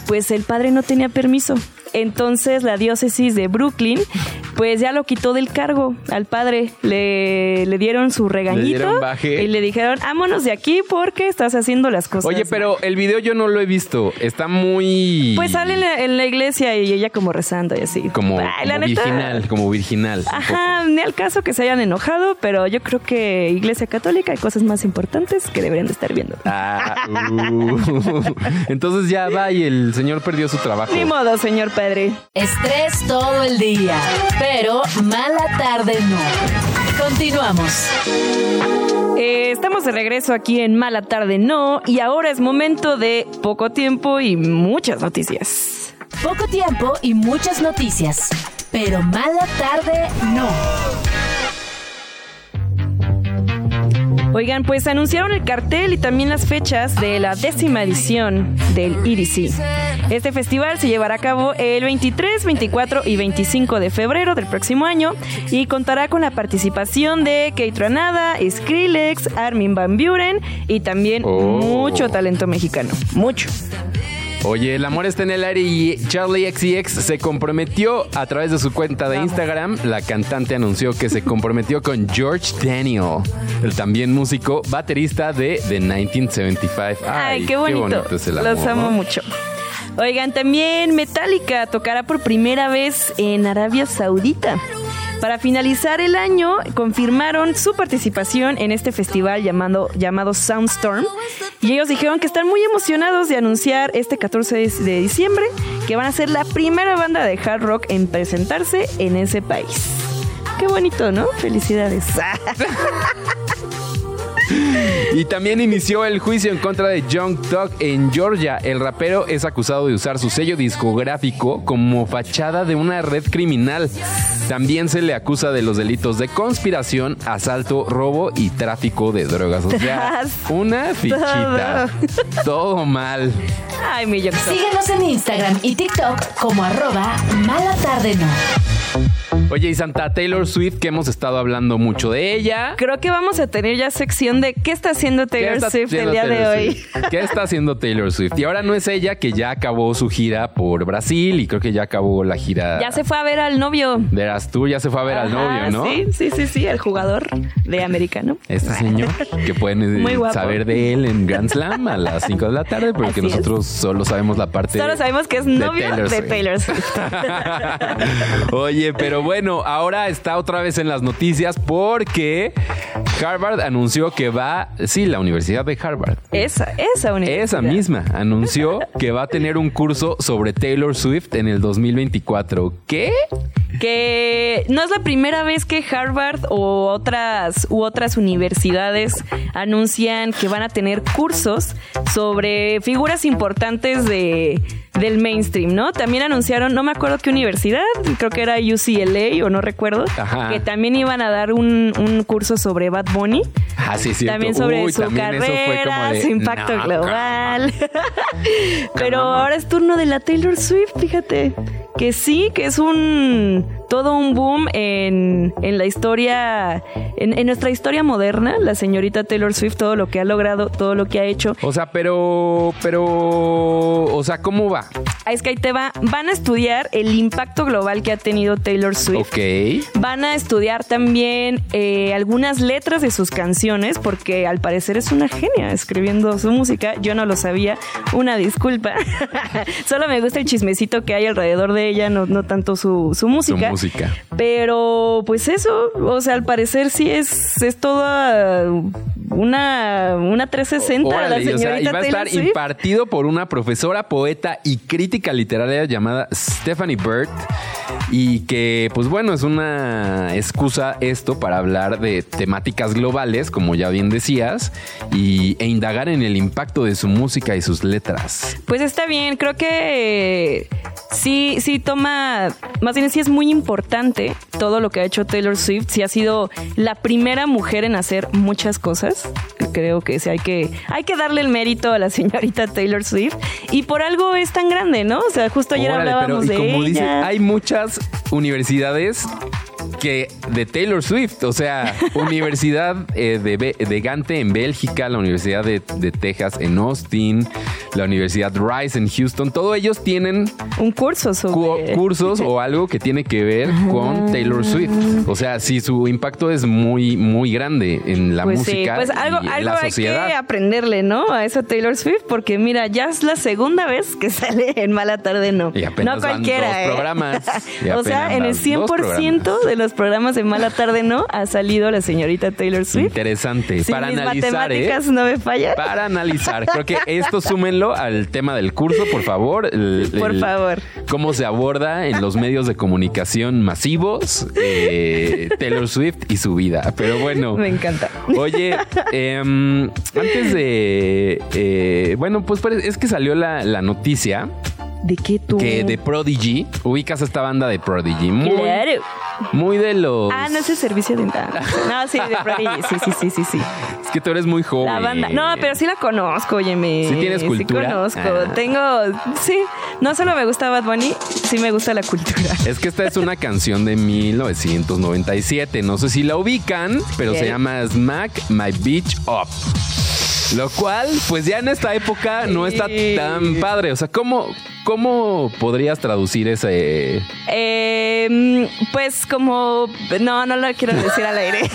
[SPEAKER 2] pues el padre no tenía permiso. Entonces la diócesis de Brooklyn, pues ya lo quitó del cargo al padre, le, le dieron su regañito
[SPEAKER 3] baje.
[SPEAKER 2] y le dijeron, vámonos de aquí porque estás haciendo las cosas.
[SPEAKER 3] Oye,
[SPEAKER 2] mal".
[SPEAKER 3] pero el video yo no lo he visto. Está muy.
[SPEAKER 2] Pues sale en la, en la iglesia y ella como rezando y así.
[SPEAKER 3] Como,
[SPEAKER 2] Ay, la
[SPEAKER 3] como
[SPEAKER 2] neta.
[SPEAKER 3] virginal, como virginal. un
[SPEAKER 2] Ajá, ni al caso que se hayan enojado, pero yo creo que Iglesia Católica hay cosas más importantes que deberían de estar viendo.
[SPEAKER 3] Ah, uh. [LAUGHS] Entonces ya va y el señor perdió su trabajo.
[SPEAKER 2] Ni modo, señor padre.
[SPEAKER 1] Estrés todo el día, pero mala tarde no. Continuamos.
[SPEAKER 2] Eh, estamos de regreso aquí en Mala Tarde No y ahora es momento de poco tiempo y muchas noticias.
[SPEAKER 1] Poco tiempo y muchas noticias, pero mala tarde no.
[SPEAKER 2] Oigan, pues anunciaron el cartel y también las fechas de la décima edición del EDC. Este festival se llevará a cabo el 23, 24 y 25 de febrero del próximo año y contará con la participación de Kate Ranada, Skrillex, Armin Van Buren y también
[SPEAKER 3] Oh.
[SPEAKER 2] mucho talento mexicano. Mucho.
[SPEAKER 3] Oye, el amor está en el aire y Charlie XCX se comprometió a través de su cuenta de Instagram. La cantante anunció que se comprometió con George Daniel, el también músico baterista de The 1975. Ay,
[SPEAKER 2] Ay, qué bonito.
[SPEAKER 3] es el amor,
[SPEAKER 2] Los amo
[SPEAKER 3] ¿no?
[SPEAKER 2] mucho. Oigan, también Metallica tocará por primera vez en Arabia Saudita. Para finalizar el año, confirmaron su participación en este festival llamado, llamado Soundstorm. Y ellos dijeron que están muy emocionados de anunciar este 14 de- de diciembre que van a ser la primera banda de hard rock en presentarse en ese país. Qué bonito, ¿no? Felicidades. [LAUGHS]
[SPEAKER 3] Y también inició el juicio en contra de Young Thug en Georgia. El rapero es acusado de usar su sello discográfico como fachada de una red criminal. También se le acusa de los delitos de conspiración, asalto, robo y tráfico de drogas. O
[SPEAKER 2] [LAUGHS]
[SPEAKER 3] sea, una fichita. Todo mal.
[SPEAKER 2] Ay, mi Jackson.
[SPEAKER 1] Síguenos en Instagram y TikTok como arroba mala tarde no.
[SPEAKER 3] Oye, y Santa Taylor Swift, que hemos estado hablando mucho de ella.
[SPEAKER 2] Creo que vamos a tener ya sección de qué está haciendo Taylor
[SPEAKER 3] está
[SPEAKER 2] Swift
[SPEAKER 3] haciendo
[SPEAKER 2] el día
[SPEAKER 3] Taylor
[SPEAKER 2] de hoy.
[SPEAKER 3] Swift? ¿Qué está haciendo Taylor Swift? Y ahora no es ella que ya acabó su gira por Brasil y creo que ya acabó la gira.
[SPEAKER 2] Ya se fue a ver al novio.
[SPEAKER 3] De las tú ya se fue a ver al novio,
[SPEAKER 2] Ajá,
[SPEAKER 3] ¿no?
[SPEAKER 2] Sí, sí, sí, sí, al jugador de americano.
[SPEAKER 3] Este señor que pueden
[SPEAKER 2] Muy
[SPEAKER 3] eh,
[SPEAKER 2] guapo.
[SPEAKER 3] saber de él en Grand Slam a las 5 de la tarde, pero que
[SPEAKER 2] Así es.
[SPEAKER 3] nosotros solo sabemos la parte.
[SPEAKER 2] Solo sabemos que es
[SPEAKER 3] de
[SPEAKER 2] novio
[SPEAKER 3] Taylor
[SPEAKER 2] de
[SPEAKER 3] Swift.
[SPEAKER 2] Taylor Swift.
[SPEAKER 3] [LAUGHS] Oye, pero bueno, ahora está otra vez en las noticias porque Harvard anunció que va, sí, la Universidad de Harvard,
[SPEAKER 2] Esa, esa universidad.
[SPEAKER 3] Esa misma anunció que va a tener un curso sobre Taylor Swift en el 2024. ¿Qué?
[SPEAKER 2] Que no es la primera vez que Harvard o otras u otras universidades anuncian que van a tener cursos sobre figuras importantes de del mainstream, ¿no? También anunciaron, no me acuerdo qué universidad, creo que era UCLA o no recuerdo,
[SPEAKER 3] Ajá.
[SPEAKER 2] que también iban a dar un, un curso sobre Bad Bunny.
[SPEAKER 3] Ah, sí, es cierto.
[SPEAKER 2] También sobre
[SPEAKER 3] Uy,
[SPEAKER 2] su
[SPEAKER 3] también eso fue
[SPEAKER 2] carrera,
[SPEAKER 3] como de,
[SPEAKER 2] su impacto
[SPEAKER 3] "No,
[SPEAKER 2] global. [LAUGHS] Pero
[SPEAKER 3] Caramba.
[SPEAKER 2] ahora es turno de la Taylor Swift, fíjate. Que sí, que es un todo un boom en, en la historia, en, en nuestra historia moderna, la señorita Taylor Swift, todo lo que ha logrado, todo lo que ha hecho.
[SPEAKER 3] O sea, pero, pero, o sea, ¿cómo va?
[SPEAKER 2] A Sky te va, van a estudiar el impacto global que ha tenido Taylor Swift.
[SPEAKER 3] Ok.
[SPEAKER 2] Van a estudiar también eh, algunas letras de sus canciones, porque al parecer es una genia escribiendo su música. Yo no lo sabía. Una [LAUGHS] disculpa. Solo me gusta el chismecito que hay alrededor de ella, no, no tanto su, su música.
[SPEAKER 3] música.
[SPEAKER 2] Pero pues eso, o sea, al parecer sí es, es toda una, una 360
[SPEAKER 3] Órale,
[SPEAKER 2] la señorita
[SPEAKER 3] o sea, y va a
[SPEAKER 2] Taylor
[SPEAKER 3] estar
[SPEAKER 2] Swift.
[SPEAKER 3] impartido por una profesora, poeta y crítica literaria llamada Stephanie Bird. Y que, pues bueno, es una excusa esto para hablar de temáticas globales, como ya bien decías, y, e indagar en el impacto de su música y sus letras.
[SPEAKER 2] Pues está bien, creo que eh, sí, sí toma, más bien sí es muy importante todo lo que ha hecho Taylor Swift, sí ha sido la primera mujer en hacer muchas cosas, creo que sí hay que, hay que darle el mérito a la señorita Taylor Swift y por algo es tan grande, ¿no? O sea, justo ayer
[SPEAKER 3] Órale,
[SPEAKER 2] hablábamos
[SPEAKER 3] pero y
[SPEAKER 2] de
[SPEAKER 3] como dice,
[SPEAKER 2] ella.
[SPEAKER 3] hay muchas universidades que de Taylor Swift, o
[SPEAKER 2] [LAUGHS]
[SPEAKER 3] sea, Universidad eh, de, Be- de Gante en Bélgica, la Universidad de, de Texas en Austin, la Universidad Rice en Houston, todos ellos tienen
[SPEAKER 2] un curso
[SPEAKER 3] cu-
[SPEAKER 2] sobre
[SPEAKER 3] cursos o algo que tiene que ver con Taylor Swift. O sea, sí, su impacto es muy, muy grande en la
[SPEAKER 2] pues
[SPEAKER 3] música
[SPEAKER 2] Sí, pues algo,
[SPEAKER 3] y en
[SPEAKER 2] algo
[SPEAKER 3] la
[SPEAKER 2] hay
[SPEAKER 3] sociedad.
[SPEAKER 2] que aprenderle, ¿no? A esa Taylor Swift, porque mira, ya es la segunda vez que [LAUGHS] sale en Mala Tarde, no.
[SPEAKER 3] Y apenas
[SPEAKER 2] no
[SPEAKER 3] van
[SPEAKER 2] cualquiera.
[SPEAKER 3] dos
[SPEAKER 2] ¿eh?
[SPEAKER 3] programas.
[SPEAKER 2] [LAUGHS]
[SPEAKER 3] Y
[SPEAKER 2] o
[SPEAKER 3] apenas
[SPEAKER 2] sea, en el
[SPEAKER 3] van dos
[SPEAKER 2] 100% de los programas de Mala Tarde, no, ha salido la señorita Taylor Swift.
[SPEAKER 3] Interesante.
[SPEAKER 2] Si
[SPEAKER 3] para
[SPEAKER 2] mis
[SPEAKER 3] analizar, ¿eh?
[SPEAKER 2] matemáticas no me fallan.
[SPEAKER 3] para analizar. Creo que esto súmenlo al tema del curso, por favor. El-
[SPEAKER 2] Por
[SPEAKER 3] el-
[SPEAKER 2] favor.
[SPEAKER 3] Cómo se aborda en los medios de comunicación masivos eh, Taylor Swift y su vida. Pero bueno.
[SPEAKER 2] Me encanta.
[SPEAKER 3] Oye, em, antes de... eh, bueno, pues pare- es que salió la, la noticia
[SPEAKER 2] ¿De qué tú?
[SPEAKER 3] que de Prodigy, ubicas esta banda de Prodigy. Muy,
[SPEAKER 2] Claro.
[SPEAKER 3] muy de los...
[SPEAKER 2] Ah, no es el servicio de No, sí, de Prodigy. Sí, sí, sí, sí, sí.
[SPEAKER 3] Es que tú eres [LAUGHS] muy joven.
[SPEAKER 2] La banda. No, pero sí la conozco, óyeme.
[SPEAKER 3] ¿Sí tienes cultura?
[SPEAKER 2] Sí conozco.
[SPEAKER 3] Ah.
[SPEAKER 2] Tengo. Sí. No solo me gusta Bad Bunny, sí me gusta la cultura. [LAUGHS]
[SPEAKER 3] Es que esta es una canción de 1997. No sé si la ubican, pero
[SPEAKER 2] Ok.
[SPEAKER 3] se llama Smack My Beach Up. Lo cual, pues ya en esta época no está
[SPEAKER 2] Sí.
[SPEAKER 3] tan padre. O sea, ¿cómo, cómo podrías traducir ese?
[SPEAKER 2] Eh, mm, pues como. No, no lo quiero decir al
[SPEAKER 3] [LAUGHS]
[SPEAKER 2] aire.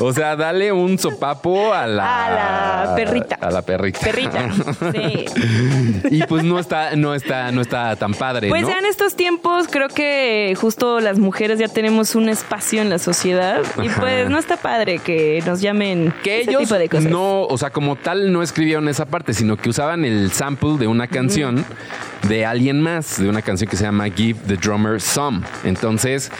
[SPEAKER 3] O sea, dale un sopapo a la,
[SPEAKER 2] A la perrita.
[SPEAKER 3] A la perrita.
[SPEAKER 2] Perrita. Sí.
[SPEAKER 3] [LAUGHS] y pues no está, no está, no está tan padre.
[SPEAKER 2] Pues
[SPEAKER 3] ¿no?
[SPEAKER 2] ya en estos tiempos creo que justo las mujeres ya tenemos un espacio en la sociedad y
[SPEAKER 3] Ajá.
[SPEAKER 2] pues no está padre que nos llamen
[SPEAKER 3] que
[SPEAKER 2] ese
[SPEAKER 3] ellos
[SPEAKER 2] tipo de cosas.
[SPEAKER 3] no, o sea, como tal no escribieron esa parte, sino que usaban el sample de una canción de alguien más, de una canción que se llama Give the Drummer Some. Entonces,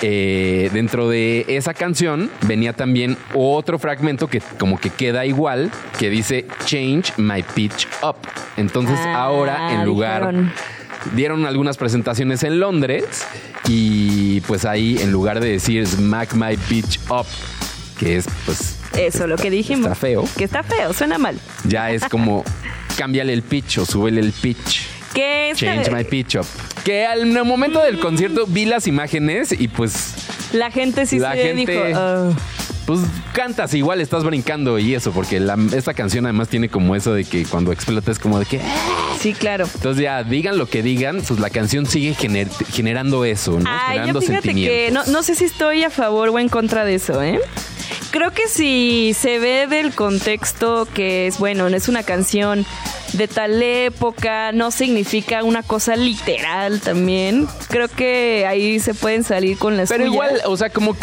[SPEAKER 3] eh, dentro de esa canción venía también otro fragmento que como que queda igual, que dice Change my pitch up. Entonces,
[SPEAKER 2] Ah,
[SPEAKER 3] ahora en lugar
[SPEAKER 2] dijeron.
[SPEAKER 3] dieron algunas presentaciones en Londres y pues ahí en lugar de decir smack my bitch up que es pues
[SPEAKER 2] Eso, lo que dijimos.
[SPEAKER 3] está feo.
[SPEAKER 2] Que está feo, suena mal.
[SPEAKER 3] ya es como cámbiale el pitch o súbele el pitch
[SPEAKER 2] Que esta-
[SPEAKER 3] change my pitch up que al momento del concierto vi las imágenes y pues
[SPEAKER 2] la gente sí
[SPEAKER 3] La
[SPEAKER 2] se
[SPEAKER 3] gente-
[SPEAKER 2] dijo. "Ah".
[SPEAKER 3] pues cantas igual estás brincando y eso porque la- esta canción además tiene como eso de que cuando explota es como de que
[SPEAKER 2] sí, claro.
[SPEAKER 3] entonces ya digan lo que digan pues la canción sigue gener- generando eso ¿no?
[SPEAKER 2] Ay, yo
[SPEAKER 3] generando
[SPEAKER 2] fíjate que no,
[SPEAKER 3] sentimientos
[SPEAKER 2] no sé si estoy a favor o en contra de eso, ¿eh? Creo que si se ve del contexto que es, bueno, no es una canción de tal época, no significa una cosa literal también. Creo que ahí se pueden salir con las
[SPEAKER 3] Pero
[SPEAKER 2] suyas.
[SPEAKER 3] igual, o sea, como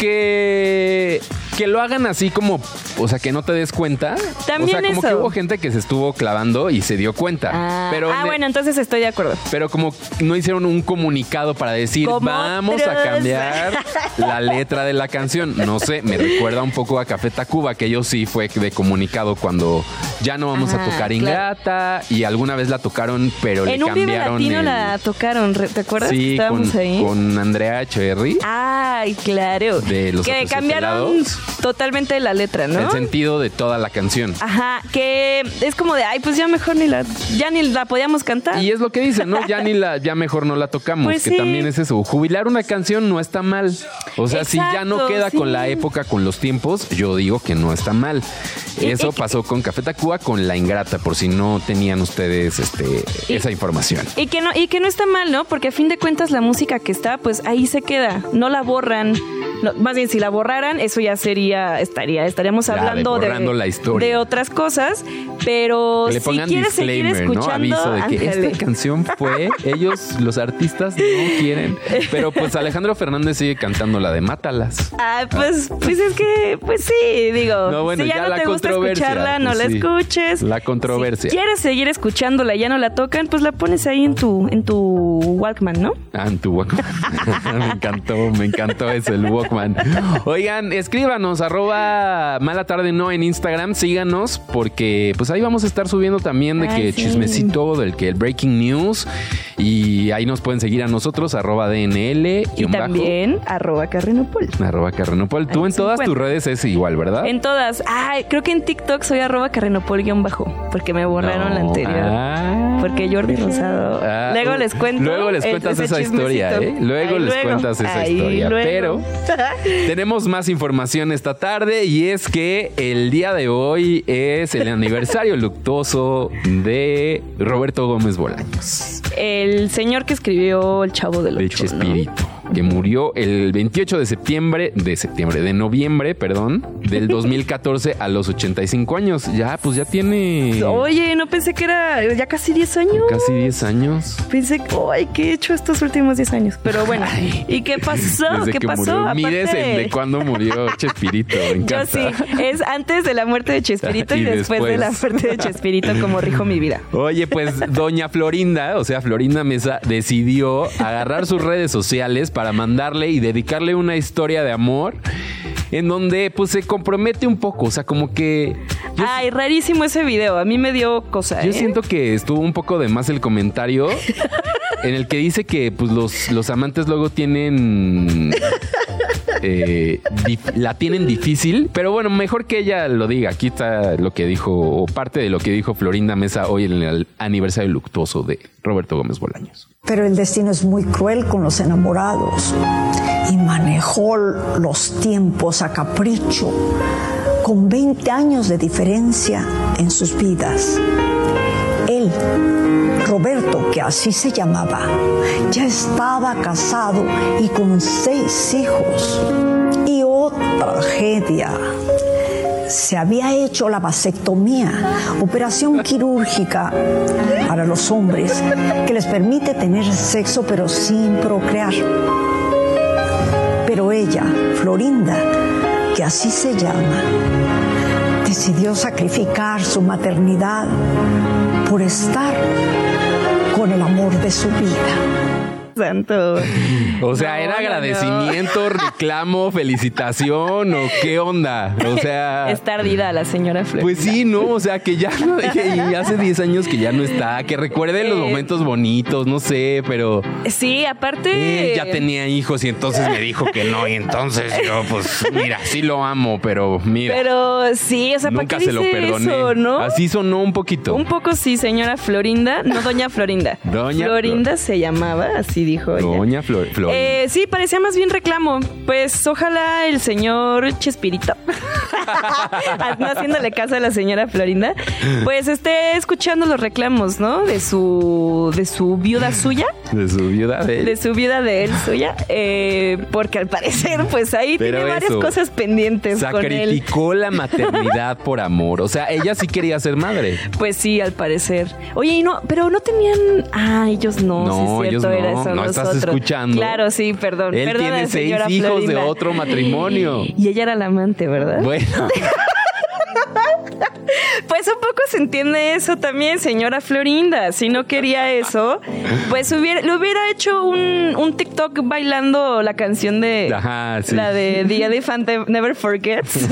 [SPEAKER 3] que que lo hagan así como, o sea, que no te des cuenta.
[SPEAKER 2] También
[SPEAKER 3] o sea, como
[SPEAKER 2] eso.
[SPEAKER 3] que hubo gente que se estuvo clavando y se dio cuenta.
[SPEAKER 2] Ah,
[SPEAKER 3] pero
[SPEAKER 2] ah,
[SPEAKER 3] ne-
[SPEAKER 2] bueno, entonces estoy de acuerdo.
[SPEAKER 3] pero como no hicieron un comunicado para decir,
[SPEAKER 2] Como
[SPEAKER 3] vamos
[SPEAKER 2] otros".
[SPEAKER 3] a
[SPEAKER 2] [LAUGHS]
[SPEAKER 3] cambiar la letra de la canción. No sé, me recuerda un poco a Café Tacuba, que ellos sí fue de comunicado cuando ya no vamos
[SPEAKER 2] Ah,
[SPEAKER 3] a tocar
[SPEAKER 2] claro.
[SPEAKER 3] Ingrata y alguna vez la tocaron, pero le
[SPEAKER 2] en un video
[SPEAKER 3] cambiaron
[SPEAKER 2] latino
[SPEAKER 3] el-
[SPEAKER 2] la tocaron, re- ¿te acuerdas? que
[SPEAKER 3] Sí,
[SPEAKER 2] Estábamos
[SPEAKER 3] con,
[SPEAKER 2] ahí.
[SPEAKER 3] con Andrea Echeverry.
[SPEAKER 2] Ay, claro.
[SPEAKER 3] De los
[SPEAKER 2] que
[SPEAKER 3] Azules
[SPEAKER 2] cambiaron
[SPEAKER 3] Pelados.
[SPEAKER 2] totalmente la letra, ¿no?
[SPEAKER 3] El sentido de toda la canción.
[SPEAKER 2] Ajá, que es como de, ay, pues ya mejor ni la, ya ni la podíamos cantar.
[SPEAKER 3] Y es lo que dicen, ¿no? Ya ni la, ya mejor no la tocamos,
[SPEAKER 2] Ah. Pues
[SPEAKER 3] que
[SPEAKER 2] sí.
[SPEAKER 3] también es eso. Jubilar una canción no está mal. O sea, si ya no
[SPEAKER 2] Exacto,
[SPEAKER 3] queda
[SPEAKER 2] sí.
[SPEAKER 3] con la época, con los tiempos, yo digo que no está mal.
[SPEAKER 2] Y-
[SPEAKER 3] Eso
[SPEAKER 2] y-
[SPEAKER 3] pasó con Café Tacuba, con La Ingrata, por si no tenían ustedes este,
[SPEAKER 2] Y-
[SPEAKER 3] esa información.
[SPEAKER 2] Y que no, y que no está mal, ¿no? Porque a fin de cuentas la música que está, pues ahí se queda, no la borran, No, más bien, si la borraran, eso ya sería, estaría, estaríamos
[SPEAKER 3] Ya, de
[SPEAKER 2] hablando de,
[SPEAKER 3] borrando la historia.
[SPEAKER 2] de otras cosas, pero
[SPEAKER 3] Que le
[SPEAKER 2] si
[SPEAKER 3] pongan
[SPEAKER 2] quieres seguir
[SPEAKER 3] disclaimer, ¿no?
[SPEAKER 2] escuchando,
[SPEAKER 3] Aviso de que este
[SPEAKER 2] ándale.
[SPEAKER 3] [LAUGHS] esta canción fue. Ellos, los artistas, no quieren. Pero pues Alejandro Fernández sigue cantando la de Mátalas.
[SPEAKER 2] Ah, pues, pues es que, pues sí, digo.
[SPEAKER 3] No, bueno,
[SPEAKER 2] si ya,
[SPEAKER 3] ya
[SPEAKER 2] no
[SPEAKER 3] la
[SPEAKER 2] te gusta
[SPEAKER 3] controversia,
[SPEAKER 2] escucharla, no
[SPEAKER 3] pues
[SPEAKER 2] la
[SPEAKER 3] sí.
[SPEAKER 2] escuches.
[SPEAKER 3] La controversia.
[SPEAKER 2] Si quieres seguir escuchándola y ya no la tocan, pues la pones ahí en tu, en tu Walkman, ¿no?
[SPEAKER 3] Ah, en tu Walkman. [LAUGHS] me encantó, me encantó eso, el Walkman. Oigan, escríbanos, arroba mala tarde no en Instagram, síganos, porque pues ahí vamos a estar subiendo también de
[SPEAKER 2] Ay,
[SPEAKER 3] que
[SPEAKER 2] sí.
[SPEAKER 3] chismecito, del que el breaking news, y ahí nos pueden seguir a nosotros, arroba DNL,
[SPEAKER 2] Y
[SPEAKER 3] guión bajo,
[SPEAKER 2] también arroba Carrenopol.
[SPEAKER 3] arroba Carrenopol. Tú
[SPEAKER 2] Ahí
[SPEAKER 3] en
[SPEAKER 2] se
[SPEAKER 3] todas tus
[SPEAKER 2] encuentra.
[SPEAKER 3] redes es igual, ¿verdad?
[SPEAKER 2] En todas. Ay, creo que en TikTok soy arroba carrenopol guión bajo, porque me borraron la
[SPEAKER 3] No.
[SPEAKER 2] anterior.
[SPEAKER 3] Ah.
[SPEAKER 2] Porque Jordi Rosado.
[SPEAKER 3] Ah,
[SPEAKER 2] luego
[SPEAKER 3] uh,
[SPEAKER 2] les cuento.
[SPEAKER 3] Luego les
[SPEAKER 2] el-
[SPEAKER 3] cuentas
[SPEAKER 2] ese
[SPEAKER 3] esa historia, ¿eh?
[SPEAKER 2] chismecito.
[SPEAKER 3] Luego
[SPEAKER 2] Ay,
[SPEAKER 3] les cuentas esa
[SPEAKER 2] Ay,
[SPEAKER 3] historia.
[SPEAKER 2] luego.
[SPEAKER 3] Pero tenemos más información esta tarde y es que el día de hoy es el aniversario luctuoso de Roberto Gómez Bolaños,
[SPEAKER 2] [LAUGHS] El señor que escribió El Chavo del
[SPEAKER 3] de
[SPEAKER 2] Ocho. ¿no?
[SPEAKER 3] Chespirito, que murió el 28 de septiembre, de septiembre, de noviembre, perdón, del 2014 a los 85 años. Ya, pues ya tiene
[SPEAKER 2] Oye, no pensé que era ya casi 10 años.
[SPEAKER 3] casi 10 años.
[SPEAKER 2] Pensé, ay, ¿qué he hecho estos últimos 10 años? Pero bueno,
[SPEAKER 3] Ay.
[SPEAKER 2] ¿y qué pasó?
[SPEAKER 3] Desde
[SPEAKER 2] ¿Qué
[SPEAKER 3] que
[SPEAKER 2] pasó?
[SPEAKER 3] murió.
[SPEAKER 2] Aparte
[SPEAKER 3] Mires el
[SPEAKER 2] de-
[SPEAKER 3] de cuándo murió Chespirito. Me
[SPEAKER 2] [LAUGHS] Yo
[SPEAKER 3] encanta.
[SPEAKER 2] sí, es antes de la muerte de Chespirito
[SPEAKER 3] [LAUGHS]
[SPEAKER 2] y,
[SPEAKER 3] Y
[SPEAKER 2] después, de
[SPEAKER 3] después.
[SPEAKER 2] la muerte de Chespirito, como rijo mi vida.
[SPEAKER 3] Oye, pues doña Florinda, o sea, Florinda Mesa, decidió agarrar sus redes sociales para mandarle y dedicarle una historia de amor en donde pues se compromete un poco, o sea, como que... [LAUGHS] Yo,
[SPEAKER 2] Ay, rarísimo ese video, a mí me dio cosa.
[SPEAKER 3] yo
[SPEAKER 2] ¿eh?
[SPEAKER 3] siento que estuvo un poco de más el comentario en el que dice que pues los, los amantes luego tienen... eh, dif- la tienen difícil, pero bueno, mejor que ella lo diga. Aquí está lo que dijo, o parte de lo que dijo Florinda Mesa hoy en el aniversario luctuoso de Roberto Gómez Bolaños.
[SPEAKER 4] Pero el destino es muy cruel con los enamorados y manejó los tiempos a capricho, con 20 años de diferencia en sus vidas. Él, Roberto, que así se llamaba, ya estaba casado y con seis hijos. Y otra tragedia. Se había hecho la vasectomía, operación quirúrgica para los hombres, que les permite tener sexo pero sin procrear. Pero ella, Florinda, que así se llama, decidió sacrificar su maternidad por estar con el amor de su vida.
[SPEAKER 3] [LAUGHS]
[SPEAKER 2] Santo.
[SPEAKER 3] O sea,
[SPEAKER 2] No,
[SPEAKER 3] ¿era
[SPEAKER 2] no,
[SPEAKER 3] agradecimiento, reclamo, felicitación o qué onda? O sea...
[SPEAKER 2] Es tardida la señora Flor.
[SPEAKER 3] Pues sí, ¿no? O sea, que ya no, [LAUGHS] y hace 10 años que ya no está, que recuerde los
[SPEAKER 2] Eh.
[SPEAKER 3] momentos bonitos, no sé, pero
[SPEAKER 2] Sí, aparte.
[SPEAKER 3] él eh, ya tenía hijos y entonces me dijo que no, y entonces yo, pues mira, sí lo amo, pero mira.
[SPEAKER 2] Pero sí, o sea, ¿para
[SPEAKER 3] Nunca
[SPEAKER 2] qué
[SPEAKER 3] se lo
[SPEAKER 2] dice
[SPEAKER 3] perdoné. Ah,
[SPEAKER 2] eso, no?
[SPEAKER 3] Así sonó un poquito.
[SPEAKER 2] Un poco sí, señora Florinda, no doña Florinda.
[SPEAKER 3] Doña
[SPEAKER 2] Florinda se llamaba, así dijo ella.
[SPEAKER 3] Doña Flor. Flor.
[SPEAKER 2] Eh, sí, parecía más bien reclamo. Pues ojalá el señor Chespirito, [LAUGHS] no haciéndole caso a la señora Florinda, pues esté escuchando los reclamos, ¿no? De su, de su viuda suya,
[SPEAKER 3] de su viuda de él.
[SPEAKER 2] de su viuda de él suya, eh, porque al parecer, pues ahí
[SPEAKER 3] Pero
[SPEAKER 2] tiene varias
[SPEAKER 3] eso,
[SPEAKER 2] cosas pendientes con él.
[SPEAKER 3] Sacrificó la maternidad por amor. O sea, ella sí quería ser
[SPEAKER 2] [LAUGHS]
[SPEAKER 3] madre.
[SPEAKER 2] Pues sí, al parecer. Oye, y no, pero no tenían. Ah, ellos no. sí,
[SPEAKER 3] No,
[SPEAKER 2] es
[SPEAKER 3] ellos
[SPEAKER 2] cierto, era
[SPEAKER 3] no,
[SPEAKER 2] eso
[SPEAKER 3] no estás
[SPEAKER 2] nosotros.
[SPEAKER 3] escuchando.
[SPEAKER 2] Claro, sí, perdón.
[SPEAKER 3] Él
[SPEAKER 2] Perdona,
[SPEAKER 3] tiene seis
[SPEAKER 2] señora
[SPEAKER 3] hijos
[SPEAKER 2] Florinda.
[SPEAKER 3] de otro matrimonio.
[SPEAKER 2] Y ella era la amante, ¿verdad?
[SPEAKER 3] Bueno,
[SPEAKER 2] Pues un poco se entiende eso también, señora Florinda. Si no quería eso, pues hubiera, le hubiera hecho un, un TikTok bailando la canción de
[SPEAKER 3] Ajá, sí.
[SPEAKER 2] la de The Elephant
[SPEAKER 3] [LAUGHS]
[SPEAKER 2] Never Forgets.